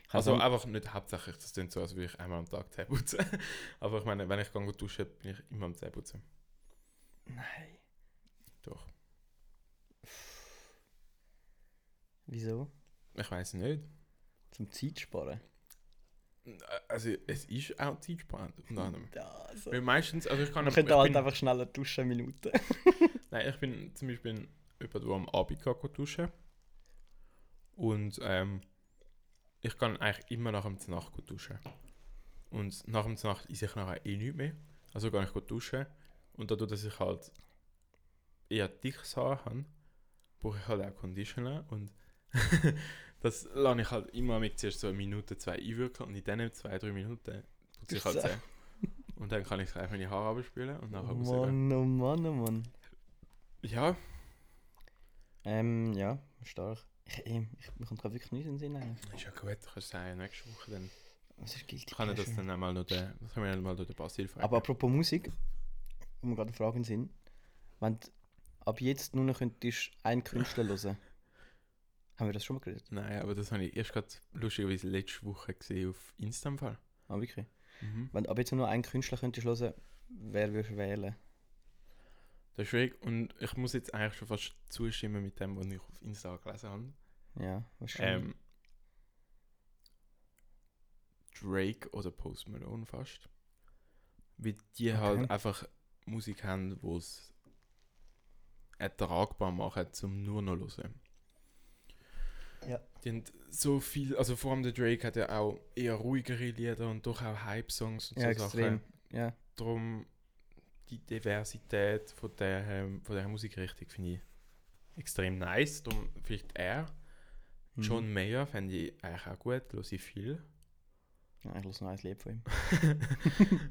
Speaker 2: Ich
Speaker 3: Also
Speaker 2: habe-
Speaker 3: einfach nicht hauptsächlich, das klingt so, als würde ich einmal am Tag Zähne putzen. Aber ich meine, wenn ich gehe duschen, bin ich immer am Zähne putzen.
Speaker 2: Nein.
Speaker 3: Doch.
Speaker 2: Wieso?
Speaker 3: Ich weiß nicht.
Speaker 2: Zum Zeitsparen.
Speaker 3: Also es ist auch zeitsparend unter anderem.
Speaker 2: Ja, also.
Speaker 3: Weil meistens, also Ah, ich kann
Speaker 2: Man
Speaker 3: ich bin,
Speaker 2: könnte halt einfach schneller duschen, eine Minute.
Speaker 3: Nein, ich bin zum Beispiel jemand, der am Abend kann duschen Und ähm, ich kann eigentlich immer nach dem Znacht gut duschen. Und nach dem Znacht esse ich nachher eh nichts mehr. Also kann ich gut duschen. Und dadurch, dass ich halt eher dickes Haar habe, brauche ich halt auch Conditioner. Und das lasse ich halt immer mit zuerst so eine Minute, zwei einwirken. Und in diesen zwei, drei Minuten putze ich halt
Speaker 2: Ist so.
Speaker 3: Zähne. Und dann kann ich einfach meine Haare abspülen und nachher rausgehen.
Speaker 2: Mann, oh Mann, oh Mann.
Speaker 3: Ja,
Speaker 2: Ähm, ja, stark. Ich, ich, ich, mir kommt gerade wirklich nichts in den Sinn. eigentlich.
Speaker 3: Ist ja gut, du kannst sagen, nächste Woche dann
Speaker 2: Was ist Guilty
Speaker 3: kann ich das
Speaker 2: Pleasure?
Speaker 3: dann einmal noch den, das können wir dann mal noch den Basil fragen.
Speaker 2: Aber apropos Musik, um mir gerade eine Frage in den Sinn. Wenn du ab jetzt nur noch könntest einen Künstler hören. Haben wir das schon mal geredet?
Speaker 3: Nein, aber das habe ich erst gerade lustigerweise letzte Woche gesehen auf Instagram.
Speaker 2: Ah, wirklich?
Speaker 3: Mhm.
Speaker 2: Wenn du ab jetzt nur noch einen Künstler könntest hören, wer würdest du wählen?
Speaker 3: Das ist schwierig und ich muss jetzt eigentlich schon fast zustimmen mit dem, was ich auf Instagram gelesen habe.
Speaker 2: Ja, wahrscheinlich.
Speaker 3: Ähm, Drake oder Post Malone fast. Weil die
Speaker 2: Okay.
Speaker 3: halt einfach Musik haben, die es ertragbar machen, zum nur noch zu hören.
Speaker 2: Ja.
Speaker 3: Die haben so viel, also vor allem der Drake hat ja auch eher ruhigere Lieder und doch auch Hype-Songs und
Speaker 2: ja,
Speaker 3: so
Speaker 2: extrem.
Speaker 3: Sachen.
Speaker 2: Ja.
Speaker 3: Darum die Diversität von der, ähm, von der Musikrichtung finde ich extrem nice. Darum vielleicht er.
Speaker 2: Mhm.
Speaker 3: John Mayer fände ich eigentlich auch gut, höre ich viel.
Speaker 2: Ja, ich höre noch ein Lied von ihm.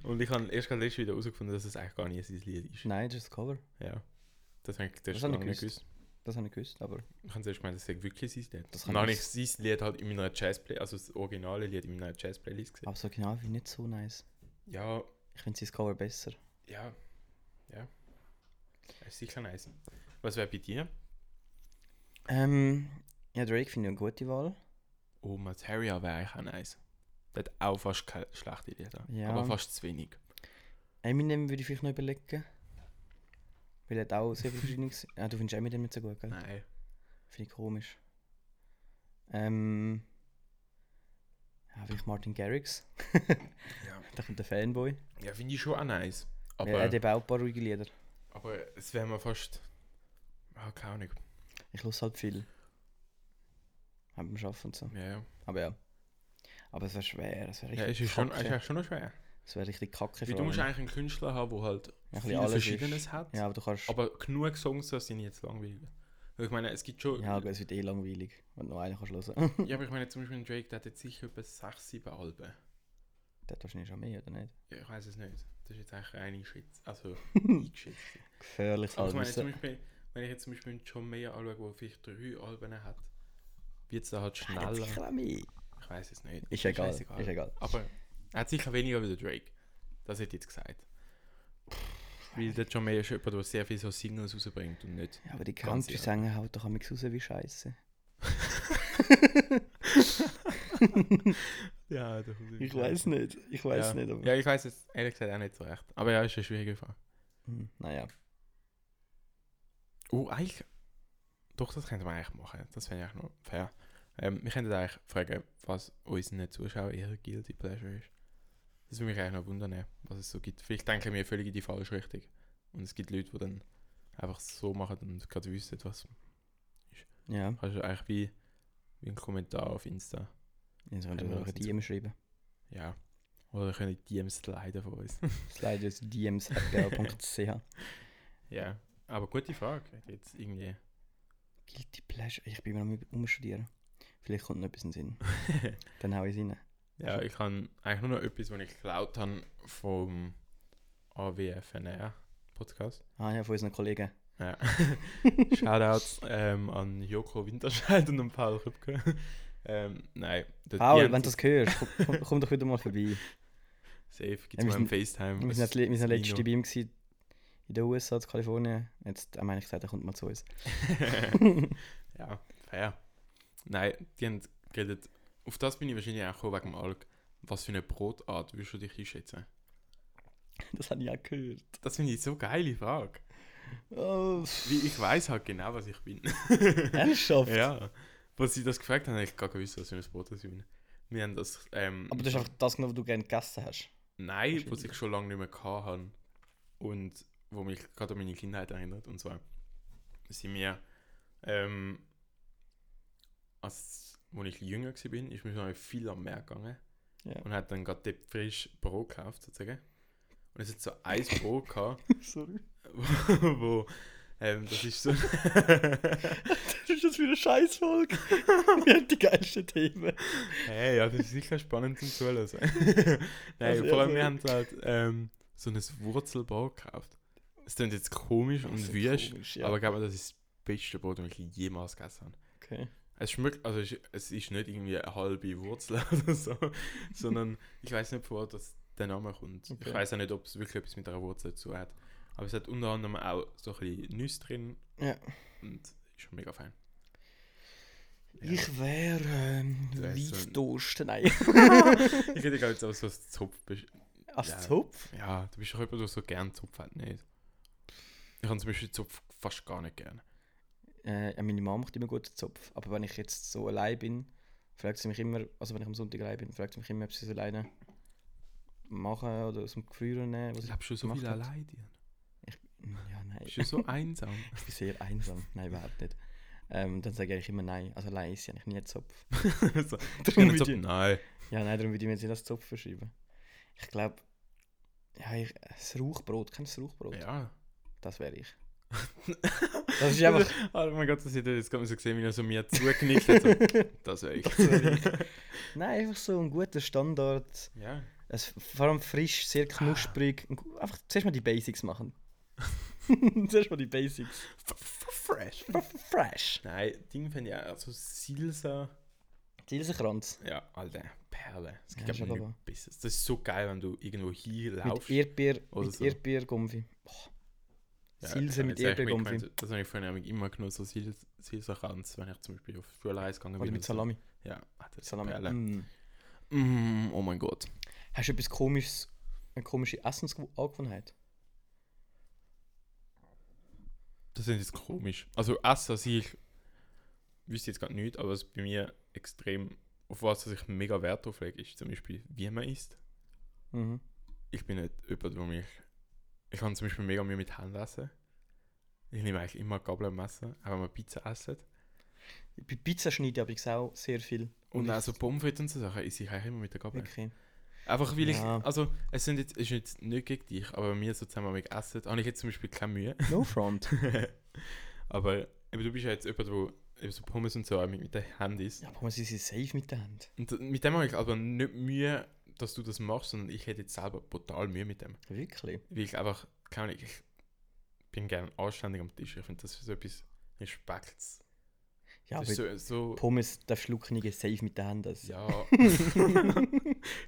Speaker 3: Und ich habe erst gerade letztes wieder herausgefunden, dass es eigentlich gar nicht sein Lied ist.
Speaker 2: Nein, das ist das Cover.
Speaker 3: Ja. Das habe ich zuerst
Speaker 2: habe
Speaker 3: gar
Speaker 2: ich
Speaker 3: nicht gewusst.
Speaker 2: Das habe ich gewusst, aber
Speaker 3: Ich habe zuerst gemeint, das ist wirklich sein Lied.
Speaker 2: Das
Speaker 3: Und
Speaker 2: habe
Speaker 3: dann habe
Speaker 2: ich-
Speaker 3: ich sein Lied halt in meiner Jazz-Play, also das originale Lied in meiner Jazz-Playlist gesehen.
Speaker 2: aber so genau wie nicht so nice.
Speaker 3: Ja,
Speaker 2: Ich finde sein Cover besser.
Speaker 3: ja, ja. Das ist sicher nice. Was wäre bei dir?
Speaker 2: Ähm, ja, Drake finde ich eine gute Wahl.
Speaker 3: Oh, Materia wäre eigentlich auch nice. Der hat auch fast keine schlechte Lieder.
Speaker 2: Ja.
Speaker 3: Aber fast zu wenig.
Speaker 2: Eminem würde ich vielleicht noch überlegen. Weil er hat auch sehr viel verschiedenes. Ah, du findest Eminem nicht so gut, gell?
Speaker 3: Nein.
Speaker 2: Finde ich komisch. Ähm. Ja, vielleicht Martin Garrix.
Speaker 3: Ja.
Speaker 2: Da kommt der Fanboy.
Speaker 3: Ja, finde ich schon auch nice.
Speaker 2: Ja, er
Speaker 3: Aber,
Speaker 2: hat eben auch ein paar ruhige Lieder.
Speaker 3: aber es wäre mir fast. Ah, keine Ahnung.
Speaker 2: Ich höre halt viel. Haben beim Schaffen und so.
Speaker 3: Ja, ja.
Speaker 2: Aber ja. Aber es wäre schwer. Es wäre
Speaker 3: Ja,
Speaker 2: richtig
Speaker 3: es ist schon, es
Speaker 2: kacke.
Speaker 3: ist schon noch schwer.
Speaker 2: Es wäre richtig kacke.
Speaker 3: Weil
Speaker 2: vor
Speaker 3: du musst
Speaker 2: allem.
Speaker 3: eigentlich einen Künstler haben, der halt
Speaker 2: bisschen
Speaker 3: viel
Speaker 2: alles
Speaker 3: Verschiedenes
Speaker 2: ist-
Speaker 3: hat.
Speaker 2: Ja, aber du kannst.
Speaker 3: Aber genug Songs, dass sie nicht zu langweilig werden. Weil Ich meine, es gibt schon.
Speaker 2: ja,
Speaker 3: Ja,
Speaker 2: aber es wird eh langweilig, wenn du noch einen kannst hören.
Speaker 3: aber ich meine, zum Beispiel ein Drake, der hat jetzt sicher etwa 6, 7 Alben.
Speaker 2: der hat wahrscheinlich schon mehr, oder nicht?
Speaker 3: Ja, Ich weiß es nicht. Das ist jetzt eigentlich eine Schätz. Also, eingeschätzt.
Speaker 2: Gefährliches
Speaker 3: Aber ich meine, zum
Speaker 2: Halbwissen.
Speaker 3: Beispiel, wenn ich jetzt zum Beispiel einen John Mayer anschaue, der vielleicht drei Alben hat, wird es da halt
Speaker 2: Er hat
Speaker 3: schneller.
Speaker 2: sicher auch mehr.
Speaker 3: Ich weiß es nicht.
Speaker 2: Ist egal. Ist
Speaker 3: scheissegal.
Speaker 2: egal.
Speaker 3: Aber er hat sicher weniger wie der Drake. Das hätte ich jetzt gesagt. Weil der John Mayer ist jemand, der sehr viel so Singles rausbringt und nicht.
Speaker 2: Ja, aber die
Speaker 3: Ganz
Speaker 2: Country Sänger haut doch nichts raus wie Scheiße.
Speaker 3: Ja,
Speaker 2: Ich weiß nicht. Ich weiß
Speaker 3: ja.
Speaker 2: nicht. Aber...
Speaker 3: Ja, ich weiß es ehrlich gesagt auch nicht so recht. Aber ja, ist eine schwierige Frage.
Speaker 2: Hm, Naja.
Speaker 3: Oh, eigentlich. Doch, das könnte man eigentlich machen. Das fände ich auch noch fair. Ähm, wir könnten eigentlich fragen, was unseren Zuschauern eher Guilty Pleasure ist. Das würde mich eigentlich noch wundern, was es so gibt. Vielleicht denken wir völlig in die falsche Richtung. Und es gibt Leute, die dann einfach so machen und gerade wissen, was.
Speaker 2: Ja.
Speaker 3: Kannst du eigentlich wie, wie einen Kommentar auf Insta.
Speaker 2: Jetzt könnt ihr
Speaker 3: wir
Speaker 2: auch
Speaker 3: das
Speaker 2: ein DM schreiben.
Speaker 3: Ja. Oder können die DMs leiden von uns.
Speaker 2: Slide jetzt dms.ch.
Speaker 3: ja. Aber gute Frage. Hätte ich Jetzt irgendwie.
Speaker 2: Guilty Pleasure. Ich bin mir am umstudieren. Vielleicht kommt noch etwas in den Sinn. Dann hau ich es rein.
Speaker 3: Ja, ich habe eigentlich nur noch etwas, was ich geklaut habe vom AWFNR Podcast.
Speaker 2: Ah ja, von unseren Kollegen.
Speaker 3: Ja. Shoutouts ähm, an Joko Winterscheid und an Paul Rübke. ähm, nein, der
Speaker 2: Paul,
Speaker 3: DMs
Speaker 2: wenn du das hörst, komm, komm, komm doch wieder mal vorbei.
Speaker 3: Safe, gibt
Speaker 2: Ja,
Speaker 3: es
Speaker 2: wir
Speaker 3: mal im
Speaker 2: sind-
Speaker 3: FaceTime.
Speaker 2: Wir
Speaker 3: Es-
Speaker 2: sind, wir
Speaker 3: das
Speaker 2: sind letztes
Speaker 3: Nino.
Speaker 2: bei ihm gewesen, in den USA, in Kalifornien. Jetzt äh, meine ich gesagt, er kommt mal zu uns.
Speaker 3: ja, fair. Nein, die haben geredet. Auf das bin ich wahrscheinlich auch gekommen wegen dem Alk. Was für eine Brotart würdest du dich einschätzen?
Speaker 2: Das habe ich auch gehört.
Speaker 3: Das finde ich so geile Frage.
Speaker 2: Oh,
Speaker 3: Wie ich weiß halt genau, was ich bin.
Speaker 2: ernsthaft?
Speaker 3: ja. Als sie das gefragt haben, habe ich gar nicht gewusst, was für ein Brot das ist. Wir haben das. Ähm,
Speaker 2: Aber das ist einfach das genommen, was du gerne gegessen hast.
Speaker 3: Nein, was
Speaker 2: Wahrscheinlich.
Speaker 3: ich schon lange nicht mehr gehabt habe und wo mich gerade an meine Kindheit erinnert. Und zwar sind wir, ähm, als wo ich jünger war, bin, ist mir noch viel am Meer gegangen
Speaker 2: Ja.
Speaker 3: und hat dann gerade dort frisch Brot gekauft sozusagen. Und es hat so ein Brot gehabt,
Speaker 2: Sorry.
Speaker 3: wo, wo ähm, das ist so.
Speaker 2: Das ist jetzt wieder eine Scheißfolge. wir haben die geilsten Themen.
Speaker 3: Hey, ja, das ist sicher spannend zum Zuhören. Nein,
Speaker 2: Also,
Speaker 3: vor allem,
Speaker 2: also-
Speaker 3: wir haben halt ähm, so ein Wurzelbrot gekauft. Es klingt jetzt komisch und wüst,
Speaker 2: komisch, ja.
Speaker 3: aber ich glaube, das ist das beste Brot, das ich jemals gegessen habe.
Speaker 2: Okay.
Speaker 3: Es schmeckt, also es- es ist nicht irgendwie eine halbe Wurzel oder so, sondern ich weiß nicht, woher das der Name kommt. Ich
Speaker 2: Okay.
Speaker 3: weiß auch nicht, ob es wirklich etwas mit einer Wurzel zu hat. Aber es hat unter anderem auch so ein bisschen Nüsse drin
Speaker 2: Ja.
Speaker 3: und ist schon mega fein. Ja.
Speaker 2: Ich wäre ähm,
Speaker 3: Das ist so
Speaker 2: Weissdosten.
Speaker 3: ein-
Speaker 2: Nein.
Speaker 3: Ich hätte glaube ich auch so ein Zopf besch-
Speaker 2: Als
Speaker 3: Ja.
Speaker 2: Zopf?
Speaker 3: Ja, du bist doch jemand, der so gerne Zopf hat, nicht? Ich habe zum Beispiel Zopf fast gar nicht gerne.
Speaker 2: Äh, ja, meine Mama macht immer guten Zopf. Aber wenn ich jetzt so allein bin, fragt sie mich immer, also wenn ich am Sonntag allein bin, fragt sie mich immer, ob sie es alleine machen oder aus dem Gefrieren nehmen. Was ich,
Speaker 3: Lebst du so
Speaker 2: gemacht
Speaker 3: viel
Speaker 2: hat.
Speaker 3: allein, Dian?
Speaker 2: ja, nein.
Speaker 3: Bist du so einsam?
Speaker 2: Ich bin sehr einsam. Nein, überhaupt nicht. Ähm, dann sage ich immer nein. Also allein ist ja nicht nie einen Zopf.
Speaker 3: so, ich gerne
Speaker 2: würde
Speaker 3: Zopf?
Speaker 2: ich-
Speaker 3: Nein.
Speaker 2: Ja, nein, darum würde ich mir jetzt nicht als Zopf verschreiben. Ich glaube, ja, ich, das Rauchbrot, kennst du das Rauchbrot?
Speaker 3: Ja.
Speaker 2: Das wäre ich. Das ist einfach.
Speaker 3: Oh mein Gott, das hätte jetzt gerade so gesehen, wie er so mir zugenickt hat. So, das wäre ich.
Speaker 2: Nein, einfach so ein guter Standard.
Speaker 3: ja.
Speaker 2: Es, vor allem frisch, sehr knusprig. Ein gu- Einfach zuerst mal die Basics machen. zuerst mal die Basics.
Speaker 3: Fresh.
Speaker 2: Fresh.
Speaker 3: Nein, Ding finde ich auch, also Silsa.
Speaker 2: Zielsekranz.
Speaker 3: Ja, Alter, Perle. Es
Speaker 2: Ja,
Speaker 3: gibt
Speaker 2: ist
Speaker 3: ja,
Speaker 2: aber
Speaker 3: nichts Besseres. Das ist so geil, wenn du irgendwo
Speaker 2: Mit
Speaker 3: hinlaufst.
Speaker 2: Erdbeer,
Speaker 3: Oder
Speaker 2: mit
Speaker 3: so.
Speaker 2: Erdbeergumpfi. Oh, Silse
Speaker 3: ich
Speaker 2: mit
Speaker 3: hab jetzt echt
Speaker 2: Erdbeergumpfi.
Speaker 3: mitgekriegt, Das habe ich vorhin nämlich immer genug so Sil- Silserkranz, wenn ich zum Beispiel auf Schulreise gegangen bin.
Speaker 2: oder mit
Speaker 3: und so.
Speaker 2: Salami.
Speaker 3: Ja, ah, das ist
Speaker 2: Salami.
Speaker 3: Perle.
Speaker 2: Mm.
Speaker 3: Mm, oh mein Gott.
Speaker 2: Hast du etwas komisches, eine komische Essensangewohnheit?
Speaker 3: Das ist jetzt komisch. Also Essen sehe ich, wüsste jetzt gerade nicht, aber es ist bei mir extrem, auf was ich mega Wert drauf lege, ist zum Beispiel, wie man isst.
Speaker 2: Mhm.
Speaker 3: Ich bin nicht jemand, der mich, ich kann zum Beispiel mega Mühe mit Händen essen. Ich nehme eigentlich immer Gabel und Messer, auch wenn wir Pizza essen.
Speaker 2: Bei Pizza schneide ich aber auch sehr viel.
Speaker 3: Und
Speaker 2: ich-
Speaker 3: auch so Pommes frites und so Sachen esse ich eigentlich immer mit der Gabel.
Speaker 2: Okay.
Speaker 3: Einfach weil
Speaker 2: Ja.
Speaker 3: ich, also es sind jetzt, es ist jetzt nicht gegen dich, aber wenn wir so zusammen mit essen, habe ich jetzt zum Beispiel keine Mühe.
Speaker 2: No front.
Speaker 3: aber eben, du bist ja jetzt jemand, der eben so Pommes und so auch mit, mit den Handys.
Speaker 2: ja, aber man ist safe mit der Hand.
Speaker 3: Und mit dem habe ich aber nicht Mühe, dass du das machst, sondern ich hätte jetzt selber brutal Mühe mit dem.
Speaker 2: Wirklich?
Speaker 3: Weil ich einfach, keine Ahnung, ich bin gern anständig am Tisch. Ich finde das ist so etwas Respekts.
Speaker 2: Ja,
Speaker 3: das ist
Speaker 2: aber
Speaker 3: so, so
Speaker 2: Pommes darfst du nicht safe mit der Hand also. essen.
Speaker 3: ja,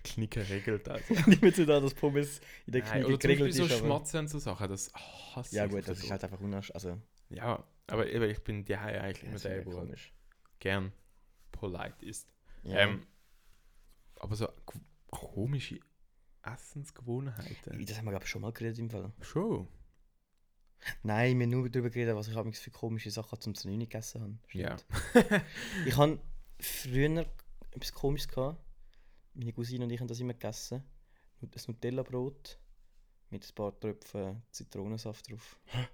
Speaker 3: Knicken regelt das.
Speaker 2: Nicht mehr so da, dass Pommes in der
Speaker 3: Nein,
Speaker 2: Knie
Speaker 3: oder zum Beispiel
Speaker 2: geregelt
Speaker 3: so
Speaker 2: ist. Aber...
Speaker 3: Schmatzen und so Sachen, das hasse
Speaker 2: Ja
Speaker 3: ich auf
Speaker 2: gut,
Speaker 3: den
Speaker 2: das ist
Speaker 3: Tod.
Speaker 2: halt einfach unasch. Also,
Speaker 3: Ja, aber eben, ich bin die eigentlich immer
Speaker 2: das ist
Speaker 3: der,
Speaker 2: ja
Speaker 3: der
Speaker 2: komisch.
Speaker 3: gern polite ist.
Speaker 2: Ja.
Speaker 3: Ähm, aber so k- komische Essensgewohnheiten.
Speaker 2: das haben wir glaube ich schon mal geredet im Fall.
Speaker 3: Schon.
Speaker 2: Nein, wir haben nur darüber geredet, was ich abends für komische Sachen zum Zunini gegessen habe.
Speaker 3: Ja.
Speaker 2: Ich habe früher etwas Komisches gehabt. Meine Cousine und ich haben das immer gegessen. Ein Nutella-Brot mit ein paar Tröpfen Zitronensaft drauf.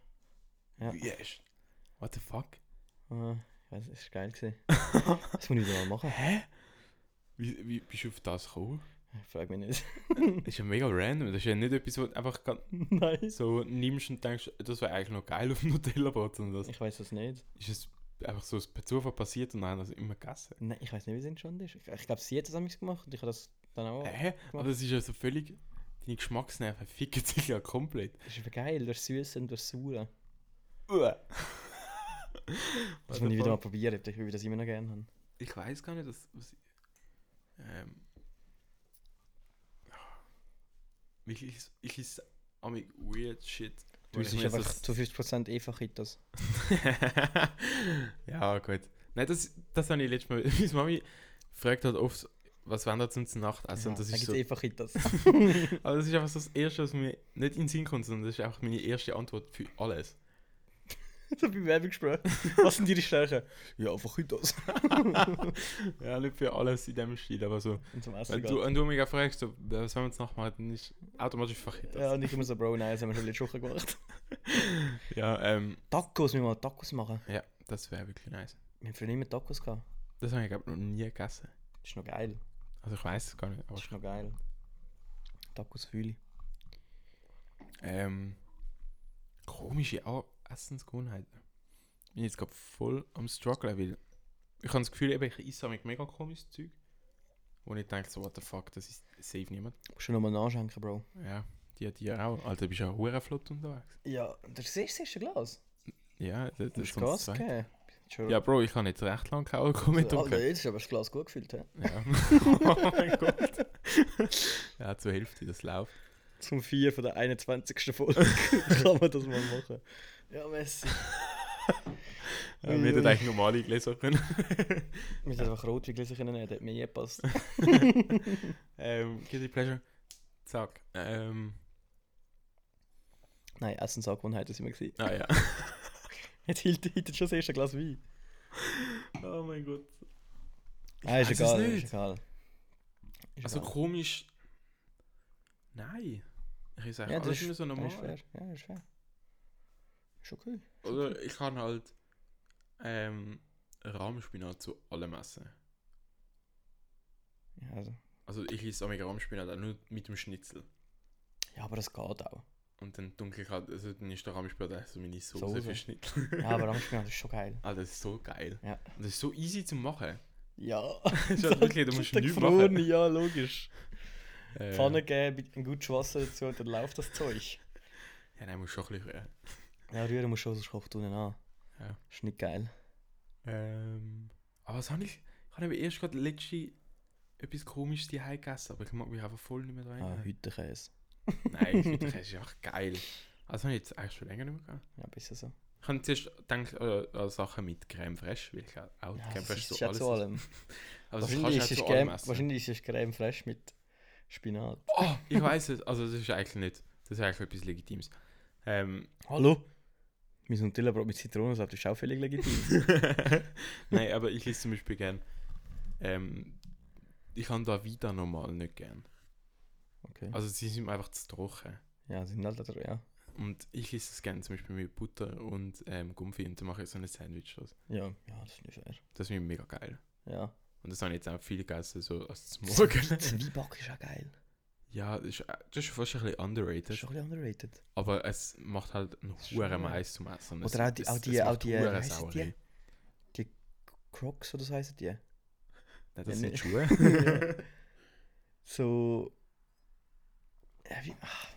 Speaker 2: Ja.
Speaker 3: Yes. What the fuck?
Speaker 2: Ah, ich weiss, das war geil. Gewesen. Das muss ich wieder mal machen.
Speaker 3: Hä? Wie, wie bist du auf das gekommen?
Speaker 2: Frag mich nicht.
Speaker 3: Das ist ja mega random. Das ist ja nicht etwas, wo du einfach grad
Speaker 2: Nein.
Speaker 3: so nimmst und denkst, das wäre eigentlich noch geil auf dem Nutella-Brot. sondern das
Speaker 2: Ich weiß das nicht.
Speaker 3: ist es einfach so per Zufall passiert und dann haben das immer gegessen.
Speaker 2: Nein, ich weiß nicht, wie es entstanden ist. Ich, ich glaube, sie hat das damals gemacht und ich habe das dann auch.
Speaker 3: Hä? Aber das ist ja so völlig... Deine Geschmacksnerven ficken sich ja komplett.
Speaker 2: Das ist aber geil, das Süße und das Saure.
Speaker 3: Uah. Also
Speaker 2: Das muss ich wieder mal probieren, ich will das immer noch gerne haben.
Speaker 3: Ich weiß gar nicht, dass. Was, ähm, ich lese, ich lese amig weird shit.
Speaker 2: Du
Speaker 3: weil ich
Speaker 2: isst
Speaker 3: mir jetzt
Speaker 2: einfach zu 50% Eva-Kitas.
Speaker 3: das- ja, gut. Nein, das, das habe ich letztes Mal. Meine Mami fragt halt oft, was wollen wir zum Nachtessen? und Also, das ist so.
Speaker 2: Eva-Kitas.
Speaker 3: Aber das ist einfach so das Erste, was mir nicht in den Sinn kommt, sondern das ist einfach meine erste Antwort für alles.
Speaker 2: so beim Werbungsgespräch. Was sind ihre Stärken? Ja, Eva-Kitas.
Speaker 3: Ja, nicht für alles in dem Stil, aber so.
Speaker 2: Und zum Essen
Speaker 3: Wenn
Speaker 2: geht.
Speaker 3: du, wenn du mich fragst, so, was wollen wir jetzt nachmachen, dann ist automatisch verkehrt.
Speaker 2: Ja, und ich immer so, Bro, nein, das haben wir schon letzte Woche gemacht.
Speaker 3: Ja, ähm,
Speaker 2: Tacos, wir müssen mal Tacos machen.
Speaker 3: ja, das wäre wirklich nice.
Speaker 2: Wir haben früher immer Tacos gehabt.
Speaker 3: Das habe ich glaube noch nie gegessen.
Speaker 2: Das ist noch geil.
Speaker 3: Also ich weiß es gar nicht. Aber
Speaker 2: Das ist noch geil. Tacos fühle ich.
Speaker 3: ähm, komische A- Essensgewohnheiten. Ich bin jetzt gerade voll am strugglen, weil ich habe das Gefühl, eben, ich esse manchmal mega komisches Zeug. Wo ich denke, so, what the fuck, das ist safe niemand.
Speaker 2: Musst du nochmal nachschenken, Bro.
Speaker 3: Ja, die hat dir auch. Alter, du bist ja hure flott unterwegs.
Speaker 2: Ja, das ist das erste Glas.
Speaker 3: Ja, das,
Speaker 2: Du
Speaker 3: das
Speaker 2: musst
Speaker 3: ist sonst
Speaker 2: Gas
Speaker 3: zwei.
Speaker 2: geben. Schon-
Speaker 3: Ja, Bro, ich habe jetzt recht lange keinen Alkohol mit
Speaker 2: Alter, jetzt ist aber das Glas gut gefüllt. He?
Speaker 3: Ja. oh mein Gott. ja, zur Hälfte, das läuft.
Speaker 2: Zum 4 von der 21. Folge kann man das mal machen. Ja, Messi.
Speaker 3: Ja, wir hätten eigentlich normale Gläser können.
Speaker 2: Wir hätten einfach Rotwein gelesen können, das hat mir je gepasst.
Speaker 3: ähm, Guilty Pleasure. Zack. Ähm,
Speaker 2: Nein, Essensangewohnheit das immer gesehen.
Speaker 3: ah ja.
Speaker 2: Jetzt hielt heute schon das erste Glas Wein.
Speaker 3: oh mein Gott.
Speaker 2: Nein, Ah, ist
Speaker 3: weiß es
Speaker 2: egal,
Speaker 3: nicht.
Speaker 2: ist egal. Ist
Speaker 3: Also
Speaker 2: egal.
Speaker 3: komisch. Nein. Ich sage,
Speaker 2: ja,
Speaker 3: ja,
Speaker 2: das, ist,
Speaker 3: alles immer so
Speaker 2: das ist
Speaker 3: normal.
Speaker 2: fair. Ja, das ist fair. Ist okay.
Speaker 3: Oder ich kann halt ähm, Rahmspinat zu allem essen.
Speaker 2: Ja, also.
Speaker 3: Also ich esse auch mega Rahmspinat, auch nur mit dem Schnitzel.
Speaker 2: ja, aber das geht auch.
Speaker 3: Und dann dunkel ich halt, also dann ist der Rahmspinat eigentlich so meine Soße,
Speaker 2: Soße.
Speaker 3: für Schnitzel.
Speaker 2: Ja, aber Rahmspinat ist schon geil.
Speaker 3: Ah, das ist so geil.
Speaker 2: Ja.
Speaker 3: Und das ist so easy zu machen.
Speaker 2: Ja.
Speaker 3: Das ist halt wirklich, du musst
Speaker 2: Der
Speaker 3: nichts
Speaker 2: Gefrorene,
Speaker 3: machen.
Speaker 2: Ja, logisch.
Speaker 3: Äh,
Speaker 2: Pfanne geben, ein gutes Wasser dazu und dann läuft das Zeug.
Speaker 3: Ja, nein, muss schon ein bisschen rühren.
Speaker 2: Ja, rühren musst du schon, sonst kocht unten an.
Speaker 3: Ja.
Speaker 2: Ist nicht geil.
Speaker 3: Ähm, aber was habe ich... Ich habe eben erst gerade letzte etwas komisches die gegessen, aber ich mag mich einfach voll nicht mehr daran
Speaker 2: Ah,
Speaker 3: erinnern.
Speaker 2: Hüttenkäse.
Speaker 3: Nein, ich finde, das ist einfach geil. Also habe ich jetzt eigentlich schon länger nicht mehr gehabt.
Speaker 2: Ja, besser so.
Speaker 3: Ich habe zuerst gedacht, äh, an Sachen mit Creme Fraiche, weil ich glaub, auch
Speaker 2: Ja,
Speaker 3: Creme
Speaker 2: das
Speaker 3: Fraiche
Speaker 2: ist,
Speaker 3: zu
Speaker 2: ja
Speaker 3: alles
Speaker 2: zu
Speaker 3: ist.
Speaker 2: allem.
Speaker 3: Aber das
Speaker 2: Wahrscheinlich
Speaker 3: kannst du auch
Speaker 2: ist, es
Speaker 3: zu
Speaker 2: Crème-
Speaker 3: allem essen.
Speaker 2: wahrscheinlich ist Creme Fraiche mit Spinat.
Speaker 3: Oh, ich weiß es. Also das ist eigentlich nicht. Das ist eigentlich etwas Legitimes. Ähm,
Speaker 2: Hallo? Mein Nutellabrot mit Zitronensaft ist auch völlig legitim.
Speaker 3: Nein, aber ich lese zum Beispiel gern. Ähm, ich habe da wieder normal nicht gern.
Speaker 2: Okay.
Speaker 3: Also sie sind mir einfach zu trocken.
Speaker 2: Ja, sind halt da ja.
Speaker 3: Und ich lese es gerne zum Beispiel mit Butter und ähm, Gumpfi und dann mache ich so ein Sandwich draus.
Speaker 2: Ja, ja, das ist nicht fair.
Speaker 3: Das ist mir mega geil.
Speaker 2: Ja.
Speaker 3: Und das habe ich jetzt auch viel gegessen, so als zum Morgen.
Speaker 2: Zwieback ist auch geil.
Speaker 3: ja, das ist, äh, das ist fast ein bisschen
Speaker 2: Das ist
Speaker 3: underrated.
Speaker 2: schon ein bisschen underrated.
Speaker 3: Aber es macht halt einen
Speaker 2: ist schon
Speaker 3: hohen
Speaker 2: geil.
Speaker 3: Mais zum Essen.
Speaker 2: Oder auch die- auch die- auch die, äh, wie heissen die?
Speaker 3: Sauerei.
Speaker 2: Crocs oder so heißen die?
Speaker 3: Nein, das
Speaker 2: Ja,
Speaker 3: sind
Speaker 2: nicht.
Speaker 3: Schuhe.
Speaker 2: Ja. so. Ja, wie, ach,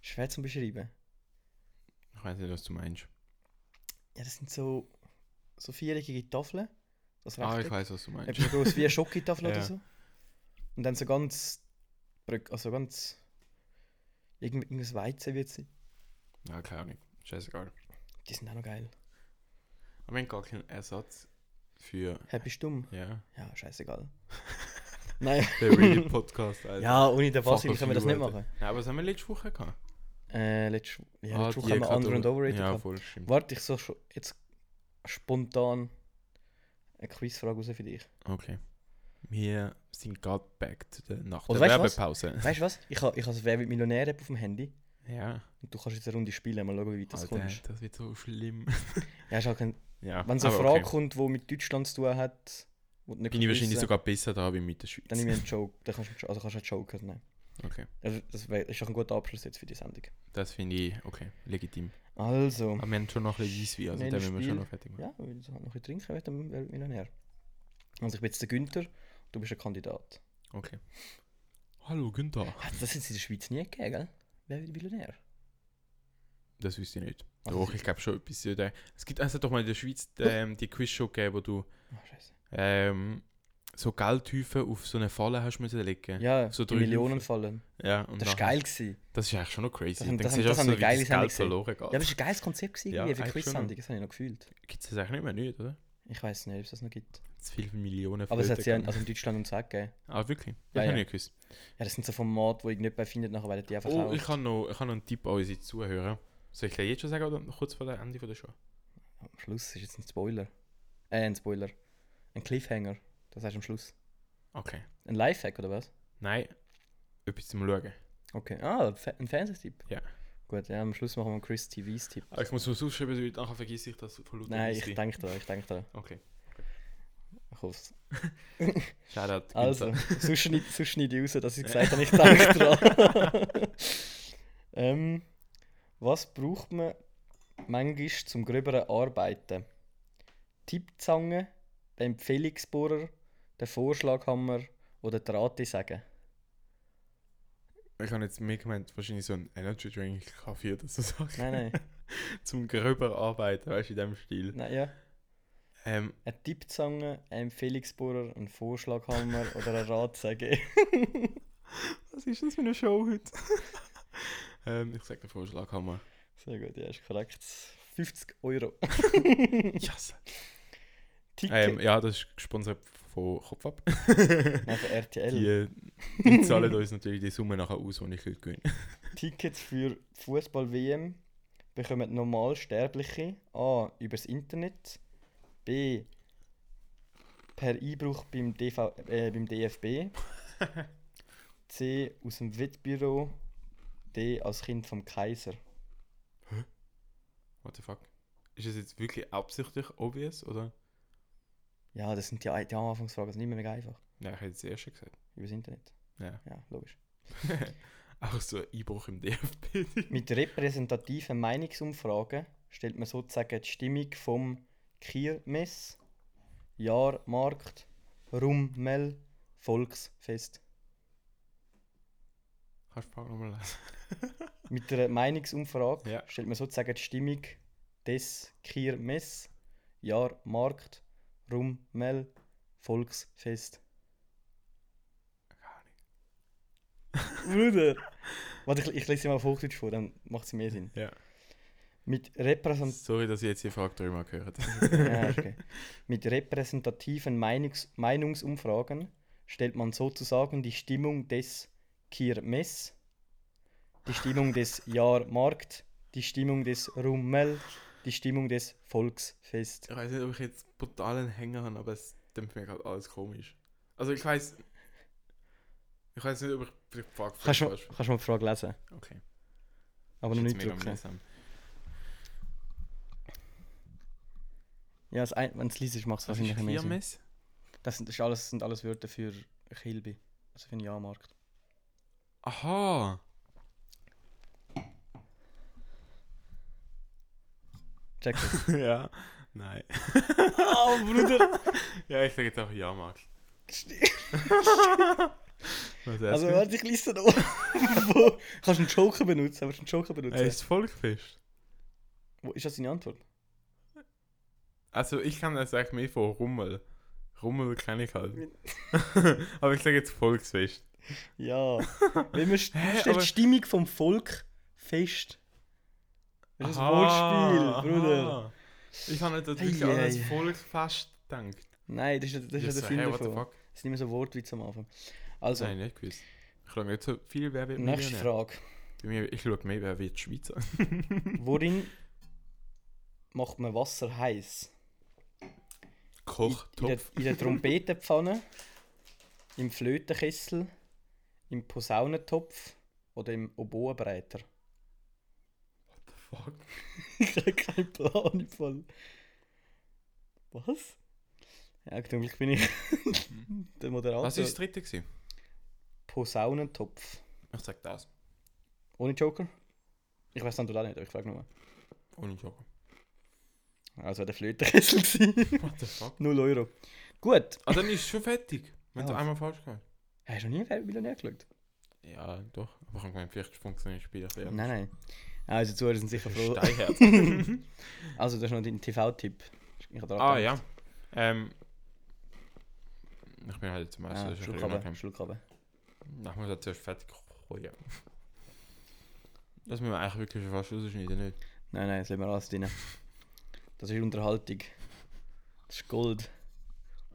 Speaker 2: schwer zu beschreiben.
Speaker 3: Ich weiß nicht, was du meinst.
Speaker 2: Ja, das sind so. so viereckige Tafeln. Das
Speaker 3: Ah, ich
Speaker 2: Rechteck.
Speaker 3: weiß, was du meinst.
Speaker 2: Etwa so groß wie eine Schokitafel
Speaker 3: Ja.
Speaker 2: oder so. Und dann so ganz. brück- Also ganz. irgend- Irgendwas Weizen wird sein.
Speaker 3: Ja, keine Ahnung. Scheißegal.
Speaker 2: Die sind auch noch geil.
Speaker 3: Aber wir haben gar keinen Ersatz für.
Speaker 2: Hä, bist du dumm?
Speaker 3: Ja.
Speaker 2: Ja, scheißegal. Nein.
Speaker 3: Der Real Podcast, Alter.
Speaker 2: Ja, ohne den
Speaker 3: Äh, Fuck
Speaker 2: Basil
Speaker 3: off
Speaker 2: können wir das
Speaker 3: you,
Speaker 2: nicht
Speaker 3: Alter.
Speaker 2: machen.
Speaker 3: Nein, aber was haben wir letzte Woche gehabt? Ah,
Speaker 2: Äh, letzte, ja, letzte Woche
Speaker 3: die
Speaker 2: haben wir Under und
Speaker 3: Kategorie-
Speaker 2: Overrated
Speaker 3: Ja,
Speaker 2: gehabt.
Speaker 3: voll, stimmt.
Speaker 2: Warte, ich suche schon jetzt spontan eine Quizfrage raus für dich.
Speaker 3: Okay. Wir sind gerade back zu der Nacht.
Speaker 2: Oder
Speaker 3: der
Speaker 2: weißt du was?
Speaker 3: Werbepause.
Speaker 2: Weißt du was? Ich habe ich ha das Wer wird Millionär-App auf dem Handy.
Speaker 3: Ja.
Speaker 2: Und du kannst jetzt eine Runde spielen, mal schauen, wie weit das
Speaker 3: Alter,
Speaker 2: kommst.
Speaker 3: das wird so schlimm.
Speaker 2: Ja, ist halt kein,
Speaker 3: ja.
Speaker 2: wenn so eine
Speaker 3: aber
Speaker 2: Frage
Speaker 3: okay.
Speaker 2: kommt, die mit Deutschland zu tun hat, und nicht
Speaker 3: Bin ich
Speaker 2: kannst
Speaker 3: wahrscheinlich
Speaker 2: wissen,
Speaker 3: sogar besser da wie mit der Schweiz.
Speaker 2: Dann nehme ich einen Joke. Dann kannst du einen Jo- also kannst du einen Joker nehmen.
Speaker 3: Okay.
Speaker 2: Also, das wär, ist doch ein guter Abschluss jetzt für die Sendung.
Speaker 3: Das finde ich, okay, legitim.
Speaker 2: Also.
Speaker 3: Aber wir haben schon noch ein bisschen Weisswein, also
Speaker 2: Schnell
Speaker 3: den müssen wir
Speaker 2: Spiel.
Speaker 3: schon noch fertig machen.
Speaker 2: Ja, ich will so noch ein bisschen trinken, weil dann wäre ich Millionär. Also ich bin jetzt der Günther, du bist ein Kandidat.
Speaker 3: Okay. Hallo Günther.
Speaker 2: Hat das jetzt in der Schweiz nie gegeben, gell? Wer wird Millionär?
Speaker 3: Das wüsste ich nicht.
Speaker 2: Ach,
Speaker 3: Doch,
Speaker 2: das-
Speaker 3: ich glaube schon etwas. ja, der- Es gibt also doch mal in der Schweiz ähm, die Quizshow gegeben, wo du
Speaker 2: Ah, scheiße.
Speaker 3: ähm, so Geldhäufen auf so eine Falle hast müssen legen.
Speaker 2: Ja,
Speaker 3: so
Speaker 2: so die
Speaker 3: drei
Speaker 2: Millionen fallen.
Speaker 3: Ja, und
Speaker 2: Das war
Speaker 3: dann-
Speaker 2: geil. Gewesen.
Speaker 3: Das ist eigentlich schon noch crazy.
Speaker 2: Das haben-
Speaker 3: Dann
Speaker 2: das
Speaker 3: siehst
Speaker 2: haben-
Speaker 3: du auch
Speaker 2: das haben
Speaker 3: so,
Speaker 2: wir
Speaker 3: wie
Speaker 2: geile
Speaker 3: das
Speaker 2: Sendung
Speaker 3: Geld
Speaker 2: gesehen.
Speaker 3: verloren geht.
Speaker 2: Ja, aber das war ein geiles Konzept gewesen,
Speaker 3: Ja,
Speaker 2: ja, wie eine
Speaker 3: eigentlich schon.
Speaker 2: Quiz-Sendung, das habe ich noch gefühlt.
Speaker 3: Gibt es das eigentlich nicht mehr nicht, oder?
Speaker 2: Ich weiß nicht, ob es das noch gibt.
Speaker 3: Zu viele Millionen
Speaker 2: Aber es hat
Speaker 3: Flöten
Speaker 2: es ja in-
Speaker 3: gegeben.
Speaker 2: also in Deutschland und Sack gegeben.
Speaker 3: Ah, wirklich?
Speaker 2: Ja,
Speaker 3: ich
Speaker 2: ja.
Speaker 3: habe nicht gewusst.
Speaker 2: Ja, das sind so Formate, die ich nicht bei findet, nachher werden die einfach
Speaker 3: Oh,
Speaker 2: laut.
Speaker 3: ich habe noch, ich hab noch einen Tipp an unsere Zuhörer. Soll ich gleich jetzt schon sagen oder kurz vor dem Ende von der Show?
Speaker 2: Am Schluss ist jetzt ein Spoiler. Äh, ein Spoiler. Ein Cliffhanger. Das heißt am Schluss.
Speaker 3: Okay.
Speaker 2: Ein Lifehack oder was?
Speaker 3: Nein, etwas zum Schauen.
Speaker 2: Okay, ah, Fe- ein Fernsehtipp.
Speaker 3: Ja.
Speaker 2: Gut, ja, am Schluss machen wir einen Chris TVs Tipp.
Speaker 3: Aber ich muss es aufschreiben, weil nachher vergesse ich das von lauter
Speaker 2: Nein, ich
Speaker 3: Weisswein.
Speaker 2: denke da, ich denke da.
Speaker 3: Okay.
Speaker 2: Ich hoffe
Speaker 3: Shoutout.
Speaker 2: Also,
Speaker 3: Günther.
Speaker 2: sonst schneid- sonst schneide ich raus, dass ich gesagt habe, ich denke dran. ähm, was braucht man manchmal zum gröberen Arbeiten? Tippzange, den Empfehlungsbohrer, den Vorschlaghammer oder die Ratesäge?
Speaker 3: Ich habe jetzt mehr gemeint, wahrscheinlich so ein Energy Drink, Kaffee oder so Sachen.
Speaker 2: Nein, nein,
Speaker 3: Zum gröber Arbeiten, weißt du, in dem Stil.
Speaker 2: nein, ja.
Speaker 3: Ähm,
Speaker 2: Eine Tippzange, ein Empfehlungsbohrer, ein Vorschlaghammer oder eine Ratsäge.
Speaker 3: was ist das für eine Show heute? ähm, ich sag den Vorschlag, haben wir.
Speaker 2: Sehr gut, ja, ist korrekt. 50 Euro.
Speaker 3: Yes.
Speaker 2: Ticket.
Speaker 3: Ähm, ja, das ist gesponsert von Kopf ab.
Speaker 2: Nein, von RTL.
Speaker 3: Die, äh, die zahlen uns natürlich die Summe nachher aus, die ich heute gewinne.
Speaker 2: Tickets für Fußball-WM bekommen normal Sterbliche A. übers Internet, B. per Einbruch beim, DV, äh, beim DFB, C. aus dem Wettbüro, D. als Kind vom Kaiser.
Speaker 3: What the fuck? Ist das jetzt wirklich absichtlich obvious, oder?
Speaker 2: Ja, das sind die, die Anfangsfragen, das ist nicht mehr mega einfach.
Speaker 3: Ja, ich hätte das erste gesagt.
Speaker 2: Übers Internet.
Speaker 3: Ja.
Speaker 2: Ja, logisch.
Speaker 3: Auch so ein Einbruch im DFB.
Speaker 2: Mit repräsentativen Meinungsumfragen stellt man sozusagen die Stimmung vom Kirmes, Jahrmarkt, Rummel, Volksfest.
Speaker 3: Kannst du die Frage nochmal lesen?
Speaker 2: Mit einer Meinungsumfrage
Speaker 3: Ja.
Speaker 2: stellt man sozusagen die Stimmung des Kirmes, Jahrmarkt, Rummel, Volksfest.
Speaker 3: Keine Ahnung.
Speaker 2: Bruder! Warte, ich, ich lese sie mal auf Hochdeutsch vor, dann macht es mehr Sinn.
Speaker 3: Ja.
Speaker 2: Mit, repräsent
Speaker 3: Sorry, dass ich jetzt die Frage drüber gehört
Speaker 2: ja, okay. Mit repräsentativen Meinungs Meinungsumfragen stellt man sozusagen die Stimmung des Kirmes, die Stimmung des Jahrmarkt, die Stimmung des Rummel, die Stimmung des Volksfest.
Speaker 3: Ich weiß nicht, ob ich jetzt brutalen Hänger habe, aber es dämpft mir gerade alles komisch. Also ich weiß. Ich weiß nicht, ob ich vielleicht Frage
Speaker 2: Kannst du, kannst du mal die Frage lesen?
Speaker 3: Okay.
Speaker 2: Aber
Speaker 3: Ist
Speaker 2: noch
Speaker 3: jetzt
Speaker 2: nicht
Speaker 3: mega
Speaker 2: drücken.
Speaker 3: mühsam.
Speaker 2: Ja, wenn es liest, ist, macht es
Speaker 3: Was ist
Speaker 2: wahrscheinlich mehr Sinn.
Speaker 3: Kirmes?
Speaker 2: Das sind, das ist alles, sind alles Wörter für Kilby, also für den Jahrmarkt.
Speaker 3: Aha!
Speaker 2: Check das.
Speaker 3: ja. Nein.
Speaker 2: oh, Bruder!
Speaker 3: Ja, ich sage jetzt auch ja, Marc. Was
Speaker 2: also,
Speaker 3: also,
Speaker 2: warte, ich lese noch. Wo- Kannst du einen Joker benutzen? Aber einen Joker benutzen?
Speaker 3: Er ist Volkfest.
Speaker 2: Wo, ist das deine Antwort?
Speaker 3: Also ich kann das eigentlich mehr von Rummel. Rummel kenne ich halt. aber ich sage jetzt Volksfest.
Speaker 2: Ja. Wenn man st
Speaker 3: Hä,
Speaker 2: stellt
Speaker 3: aber-
Speaker 2: die Stimmung vom Volk fest. Das ist ein
Speaker 3: Aha,
Speaker 2: Wortspiel, Bruder.
Speaker 3: aha. Ich habe nicht wirklich
Speaker 2: Ei,
Speaker 3: an
Speaker 2: ei,
Speaker 3: das
Speaker 2: ei.
Speaker 3: Volksfest gedacht.
Speaker 2: Nein, das ist, ja- das ist ja
Speaker 3: Ich
Speaker 2: der
Speaker 3: so,
Speaker 2: Sinn
Speaker 3: hey, what the
Speaker 2: davon.
Speaker 3: fuck?
Speaker 2: Das ist nicht mehr so Wortwitz am Anfang. Also,
Speaker 3: Nein, nicht gewusst. Ich schaue nicht so viel, wer wird
Speaker 2: nächste
Speaker 3: Millionär.
Speaker 2: Frage.
Speaker 3: Bei mir, ich schaue mehr, wer wird Schweizer.
Speaker 2: Worin macht man Wasser heiß? in, in, der,
Speaker 3: Kochtopf.
Speaker 2: in der Trompetenpfanne, im Flötenkessel, im Posaunentopf oder im Oboenbreiter.
Speaker 3: Fuck.
Speaker 2: ich habe keinen Plan im Fall. Was? Ja, zum Glück bin ich der Moderator.
Speaker 3: Was war das dritte? Gewesen?
Speaker 2: Posaunentopf.
Speaker 3: Ich sag das.
Speaker 2: Ohne Joker? Ich weiß dann total nicht, aber ich frage nur.
Speaker 3: Ohne Joker.
Speaker 2: Also der Flötenkessel gewesen.
Speaker 3: What the fuck?
Speaker 2: 0 Euro. Gut.
Speaker 3: Ah, dann ist es schon fertig. Wenn
Speaker 2: Ja.
Speaker 3: du einmal falsch gehst.
Speaker 2: Hast du noch nie einen Millionär geschaut?
Speaker 3: Ja, doch. Aber ich habe gemeint, vielleicht funktioniert das Spiel ein bisschen.
Speaker 2: Nein, nein. Also die Zuhörer sind sicher froh.
Speaker 3: Steinherz.
Speaker 2: Also das ist noch dein TV-Tipp. Ich hab dran
Speaker 3: ah,
Speaker 2: gedacht.
Speaker 3: ja. Ähm, ich bin halt zum Meister.
Speaker 2: Ah,
Speaker 3: das ist ein
Speaker 2: Schluck
Speaker 3: bisschen
Speaker 2: runter,
Speaker 3: unangenehm.
Speaker 2: Schluck runter.
Speaker 3: Ich muss halt zuerst fertig kochen. Das müssen wir eigentlich wirklich schon fast rausschneiden, nicht?
Speaker 2: Nein, nein, das lassen wir alles drin. Das ist Unterhaltung. Das ist Gold.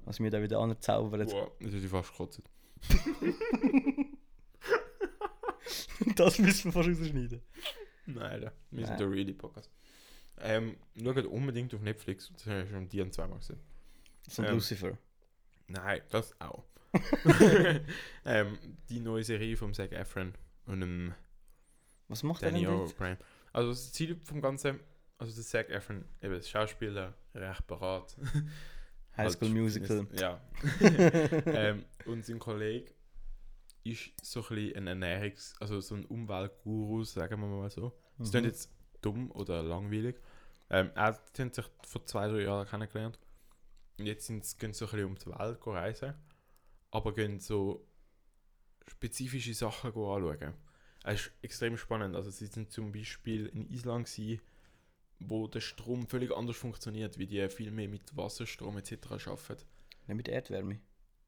Speaker 2: Was mir da wieder anzaubert.
Speaker 3: Boah, jetzt ist ich fast gekotzt.
Speaker 2: Das müssen wir fast rausschneiden.
Speaker 3: Nein, Alter. Wir
Speaker 2: Nein.
Speaker 3: sind der Really Podcast. Ähm, schaut unbedingt auf Netflix. Das habe ich schon dir zweimal gesehen.
Speaker 2: Das ist
Speaker 3: Ähm.
Speaker 2: Lucifer.
Speaker 3: Nein, das auch. ähm, die neue Serie von Zac Efron und dem
Speaker 2: Was macht er
Speaker 3: Danny
Speaker 2: denn dort?
Speaker 3: O'Brien. Also das Ziel vom Ganzen, also das Zac Efron, eben das Schauspieler, recht parat.
Speaker 2: High School
Speaker 3: Halt,
Speaker 2: Musical.
Speaker 3: ist- Ja. ähm, und sein Kollege ist so ein bisschen ein Ernährungs-, also so ein Umweltguru, sagen wir mal so.
Speaker 2: Mhm.
Speaker 3: Das klingt jetzt dumm oder langweilig. Ähm, er die haben sich vor zwei, drei Jahren kennengelernt. Und jetzt sind sie, gehen sie so ein bisschen um die Welt gehen reisen. Aber gehen so spezifische Sachen gehen anschauen. Es ist extrem spannend. Also sie sind zum Beispiel in Island gewesen, wo der Strom völlig anders funktioniert, wie die viel mehr mit Wasserstrom etc. arbeiten.
Speaker 2: Nicht mit Erdwärme.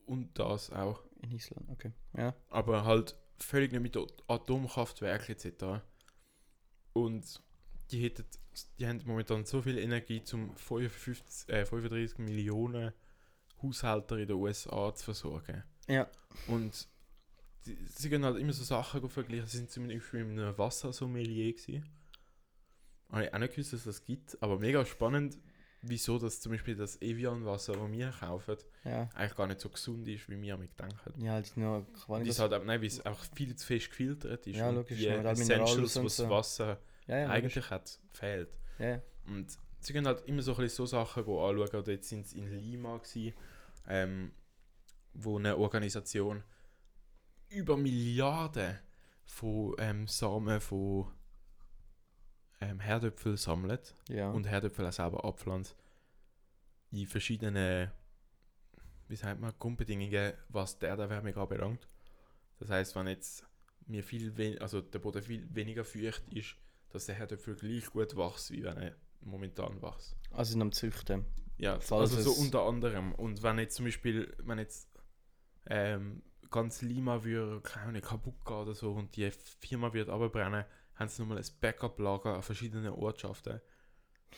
Speaker 3: Und das auch.
Speaker 2: In Island, okay. Ja.
Speaker 3: aber halt völlig nicht mit Atomkraftwerken etc. Und die, hätten, die haben momentan so viel Energie, um 55, äh, 35 Millionen Haushalte in den USA zu versorgen.
Speaker 2: Ja.
Speaker 3: Und die, sie können halt immer so Sachen vergleichen. Sie sind zum Beispiel mit einem Wassersommelier gewesen. Habe ich auch nicht gewusst, dass das gibt, aber mega spannend, wieso das zum Beispiel das Evian-Wasser, das wir kaufen,
Speaker 2: Ja.
Speaker 3: eigentlich gar nicht so gesund ist, wie wir mir gedacht haben.
Speaker 2: Ja, halt noch
Speaker 3: Und
Speaker 2: Qualität.
Speaker 3: das halt auch, nein, weil es auch viel zu fest gefiltert ist.
Speaker 2: Ja,
Speaker 3: und
Speaker 2: logisch,
Speaker 3: Die
Speaker 2: ja, mit all
Speaker 3: Essentials,
Speaker 2: Minerals und
Speaker 3: was
Speaker 2: so.
Speaker 3: das Wasser
Speaker 2: ja, ja, logisch.
Speaker 3: eigentlich hat, fehlt.
Speaker 2: ja, ja.
Speaker 3: Und sie können halt immer so, ein bisschen so Sachen go anschauen. Oder jetzt sind sie in Lima, gewesen, ähm, wo eine Organisation über Milliarden von ähm, Samen von ähm, Herdöpfeln sammelt
Speaker 2: ja.
Speaker 3: und Herdöpfel auch selber abpflanzt. In verschiedenen, wie sagt man, Grundbedingungen, was der Erderwärmung anbelangt. Das heißt, wenn jetzt mir viel wen also der Boden viel weniger feucht ist, dass der Herdöpfel gleich gut wächst, wie wenn er momentan wächst.
Speaker 2: Also sind am Züchten.
Speaker 3: Ja,
Speaker 2: Falls
Speaker 3: also so
Speaker 2: es-
Speaker 3: unter anderem. Und wenn jetzt zum Beispiel, wenn jetzt ähm, ganz Lima würde, keine Ahnung, kaputt gehen oder so und die Firma wird abbrennen, haben sie nochmal ein Backup-Lager an verschiedenen Ortschaften,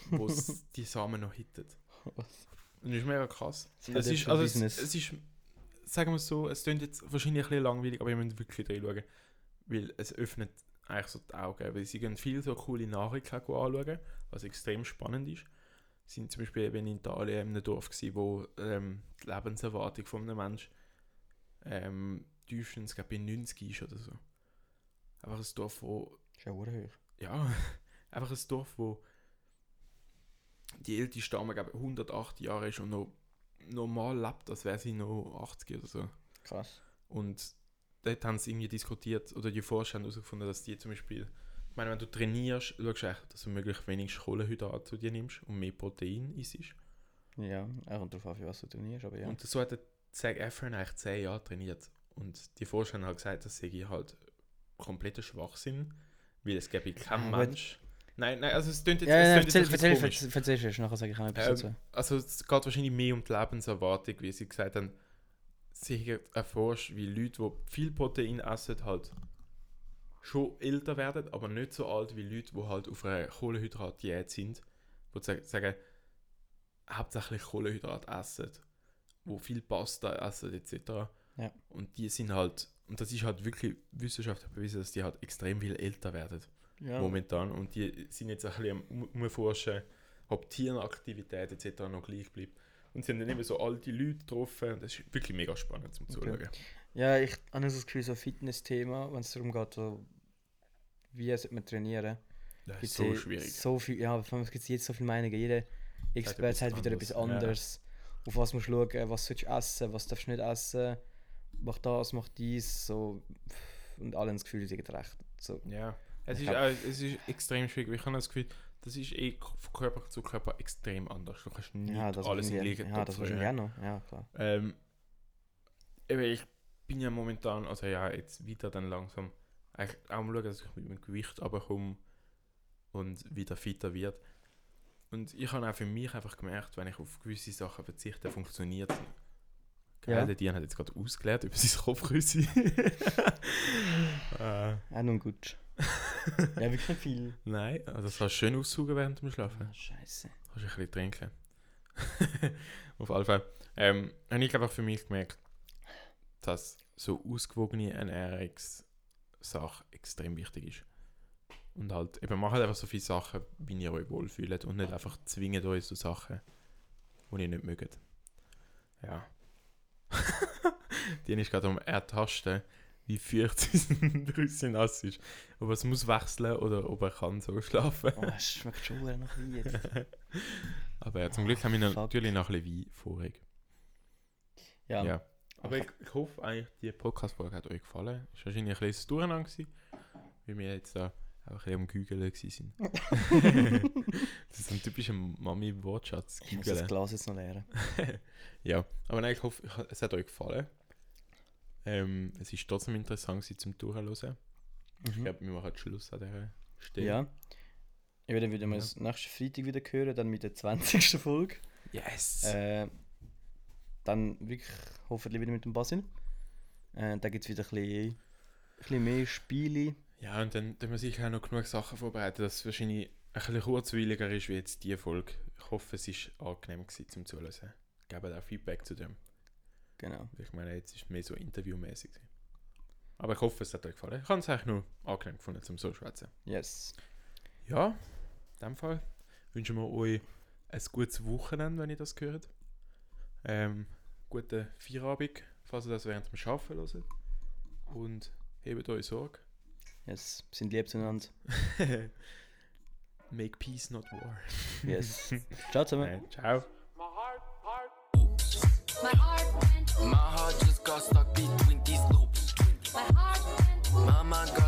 Speaker 3: wo es die Samen noch hittet.
Speaker 2: Was?
Speaker 3: Und das ist mega krass.
Speaker 2: Das
Speaker 3: Es
Speaker 2: hat
Speaker 3: ist,
Speaker 2: schon
Speaker 3: also es,
Speaker 2: Business.
Speaker 3: es ist, sagen wir es so, es klingt jetzt wahrscheinlich ein bisschen langweilig, aber ihr müsst wirklich reinschauen, weil es öffnet eigentlich so die Augen, weil sie gehen viel so coole Nachrichten anschauen, was extrem spannend ist. Sie sind zum Beispiel eben in Italien in einem Dorf gewesen, wo ähm, die Lebenserwartung von einem Menschen ähm, tiefstens, glaube ich, 90 ist oder so. Einfach ein Dorf, wo
Speaker 2: Ist ja hoch.
Speaker 3: ja, einfach ein Dorf, wo die älteste Dame, glaube ich, 108 Jahre ist und noch normal lebt, als wäre sie noch 80 oder so.
Speaker 2: Krass.
Speaker 3: Und dort haben sie irgendwie diskutiert, oder die Forscher haben herausgefunden, dass die zum Beispiel, ich meine, wenn du trainierst, schaust du echt, dass du möglichst wenig Kohlenhydrate zu dir nimmst und mehr Protein isst.
Speaker 2: Ja, er kommt darauf an, für was du trainierst, aber ja.
Speaker 3: Und so hat der Zac Efron eigentlich 10 Jahre trainiert. Und die Forscher haben halt gesagt, das sei halt kompletter Schwachsinn, weil es gäbe keinen
Speaker 2: Aber-
Speaker 3: Mensch. Nein, nein, also es klingt jetzt,
Speaker 2: Ah, ja,
Speaker 3: es
Speaker 2: ja,
Speaker 3: klingt
Speaker 2: erzähl,
Speaker 3: jetzt ein bisschen
Speaker 2: erzähl,
Speaker 3: komisch.
Speaker 2: erzähl, erzähl, erst, nachher sage ich auch etwas
Speaker 3: Ähm,
Speaker 2: dazu.
Speaker 3: Also es geht wahrscheinlich mehr um die Lebenserwartung, wie sie gesagt haben. Sie erforscht, wie Leute, die viel Protein essen, halt schon älter werden, aber nicht so alt wie Leute, die halt auf einer Kohlenhydratdiät sind, die sa- sagen, hauptsächlich Kohlenhydrat essen, wo viel Pasta essen etc.
Speaker 2: Ja.
Speaker 3: Und die sind halt, und das ist halt wirklich wissenschaftlich bewiesen, dass die halt extrem viel älter werden
Speaker 2: Ja.
Speaker 3: momentan. Und die sind jetzt ein bisschen am um- umforschen, ob Tieraktivität etc. noch gleich bleibt. Und sie haben dann eben so alte Leute getroffen. Und das ist wirklich mega spannend zum Zuschauen.
Speaker 2: Ja, ich habe also das Gefühl, so Fitness-Thema, wenn es darum geht, so, wie sollte man trainieren.
Speaker 3: Das ist
Speaker 2: Gibt's
Speaker 3: so
Speaker 2: eh
Speaker 3: schwierig.
Speaker 2: So viel, ja, vor allem es gibt jetzt so viele Meinungen. Jeder Experte
Speaker 3: etwas
Speaker 2: hat wieder etwas
Speaker 3: anderes, ja.
Speaker 2: anderes. Auf was musst du schauen, äh, was sollst du essen, was darfst du nicht essen, mach das, mach dies, so. Und alle haben das Gefühl, sie haben recht. So.
Speaker 3: Ja. Es
Speaker 2: Ich
Speaker 3: ist,
Speaker 2: glaub-
Speaker 3: auch, es ist extrem schwierig. Ich habe das Gefühl, das ist eh k- von Körper zu Körper extrem anders. Du kannst nicht
Speaker 2: Ja, das
Speaker 3: alles im
Speaker 2: wahrscheinlich-
Speaker 3: gleichen
Speaker 2: Ja,
Speaker 3: Topf
Speaker 2: das
Speaker 3: rühren.
Speaker 2: wahrscheinlich auch noch. Ja, klar.
Speaker 3: Ähm, eben, ich bin ja momentan, also ja, jetzt wieder dann langsam eigentlich auch mal schauen, dass ich mit meinem Gewicht runterkomme und wieder fitter wird. Und ich habe auch für mich einfach gemerkt, wenn ich auf gewisse Sachen verzichte, funktioniert es.
Speaker 2: Ja.
Speaker 3: Ja. Der Dian hat jetzt gerade ausgelernt über sein Kopfrüssi. äh,
Speaker 2: Auch nun gut. ja, wirklich nicht viel.
Speaker 3: nein, also das kannst du schön aussaugen während dem Schlafen.
Speaker 2: Ah, Scheiße.
Speaker 3: Kannst du ein bisschen trinken. Auf alle Fälle. Ähm, habe ich einfach für mich gemerkt, dass so ausgewogene Ernährungssache extrem wichtig ist. Und halt, eben macht einfach so viele Sachen, wie ihr euch wohlfühlt und nicht einfach zwingt euch so Sachen, die ihr nicht mögt. Ja. Die ist gerade um ertasten, wie fürchterlich draussen nass ist. Ob er es muss wechseln oder ob er kann so schlafen.
Speaker 2: Oh, es schmeckt schon verdammt nach Wein jetzt.
Speaker 3: Aber ja, zum Glück haben wir noch-
Speaker 2: Fuck.
Speaker 3: natürlich noch ein bisschen Wein vorig.
Speaker 2: Ja.
Speaker 3: Ja. Aber ich, ich hoffe eigentlich, die Podcast-Folge hat euch gefallen. Ist wahrscheinlich ein kleines Durcheinander gewesen, weil wir jetzt da auch ein bisschen am Gügeln gewesen sind. das ist ein typischer Mami-Wortschatz,
Speaker 2: Ich muss das
Speaker 3: Gügeln.
Speaker 2: Glas jetzt noch leeren.
Speaker 3: Ja, aber nein, ich hoffe, ich- es hat euch gefallen. Ähm, es ist trotzdem interessant gewesen zum Durchhören. Ich
Speaker 2: Mhm.
Speaker 3: glaube, wir machen Schluss an dieser Stelle.
Speaker 2: Ja. Ja, dann würden wir
Speaker 3: Ja.
Speaker 2: uns nächsten Freitag wieder hören, dann mit der 20. Folge.
Speaker 3: Yes!
Speaker 2: Äh, dann wirklich hoffentlich wieder mit dem Basil. Äh, da gibt es wieder ein bisschen, ein bisschen mehr Spiele.
Speaker 3: Ja, und dann tun wir sicher auch noch genug Sachen vorbereiten, dass es wahrscheinlich ein bisschen kurzweiliger ist wie jetzt die Folge. Ich hoffe, es ist angenehm gewesen zum Zuhören. Gebt auch Feedback zu dem.
Speaker 2: Genau.
Speaker 3: Weil Ich meine, jetzt ist es mehr so interviewmäßig. gewesen. Aber ich hoffe, es hat euch gefallen. Ich habe es eigentlich nur angenehm gefunden, zum so zu schwätzen.
Speaker 2: Yes.
Speaker 3: Ja, in dem Fall wünschen wir euch ein gutes Wochenende, wenn ihr das hört. Ähm, guten Feierabend, falls ihr das während dem Arbeiten hört. Und hebt euch Sorge.
Speaker 2: Yes. Wir Sind lieb zueinander.
Speaker 3: Make peace, not war.
Speaker 2: Yes. Ciao zusammen.
Speaker 3: Nein, ciao.
Speaker 4: My heart went,
Speaker 5: My heart just got stuck between these loops.
Speaker 4: my heart went,
Speaker 5: Mama got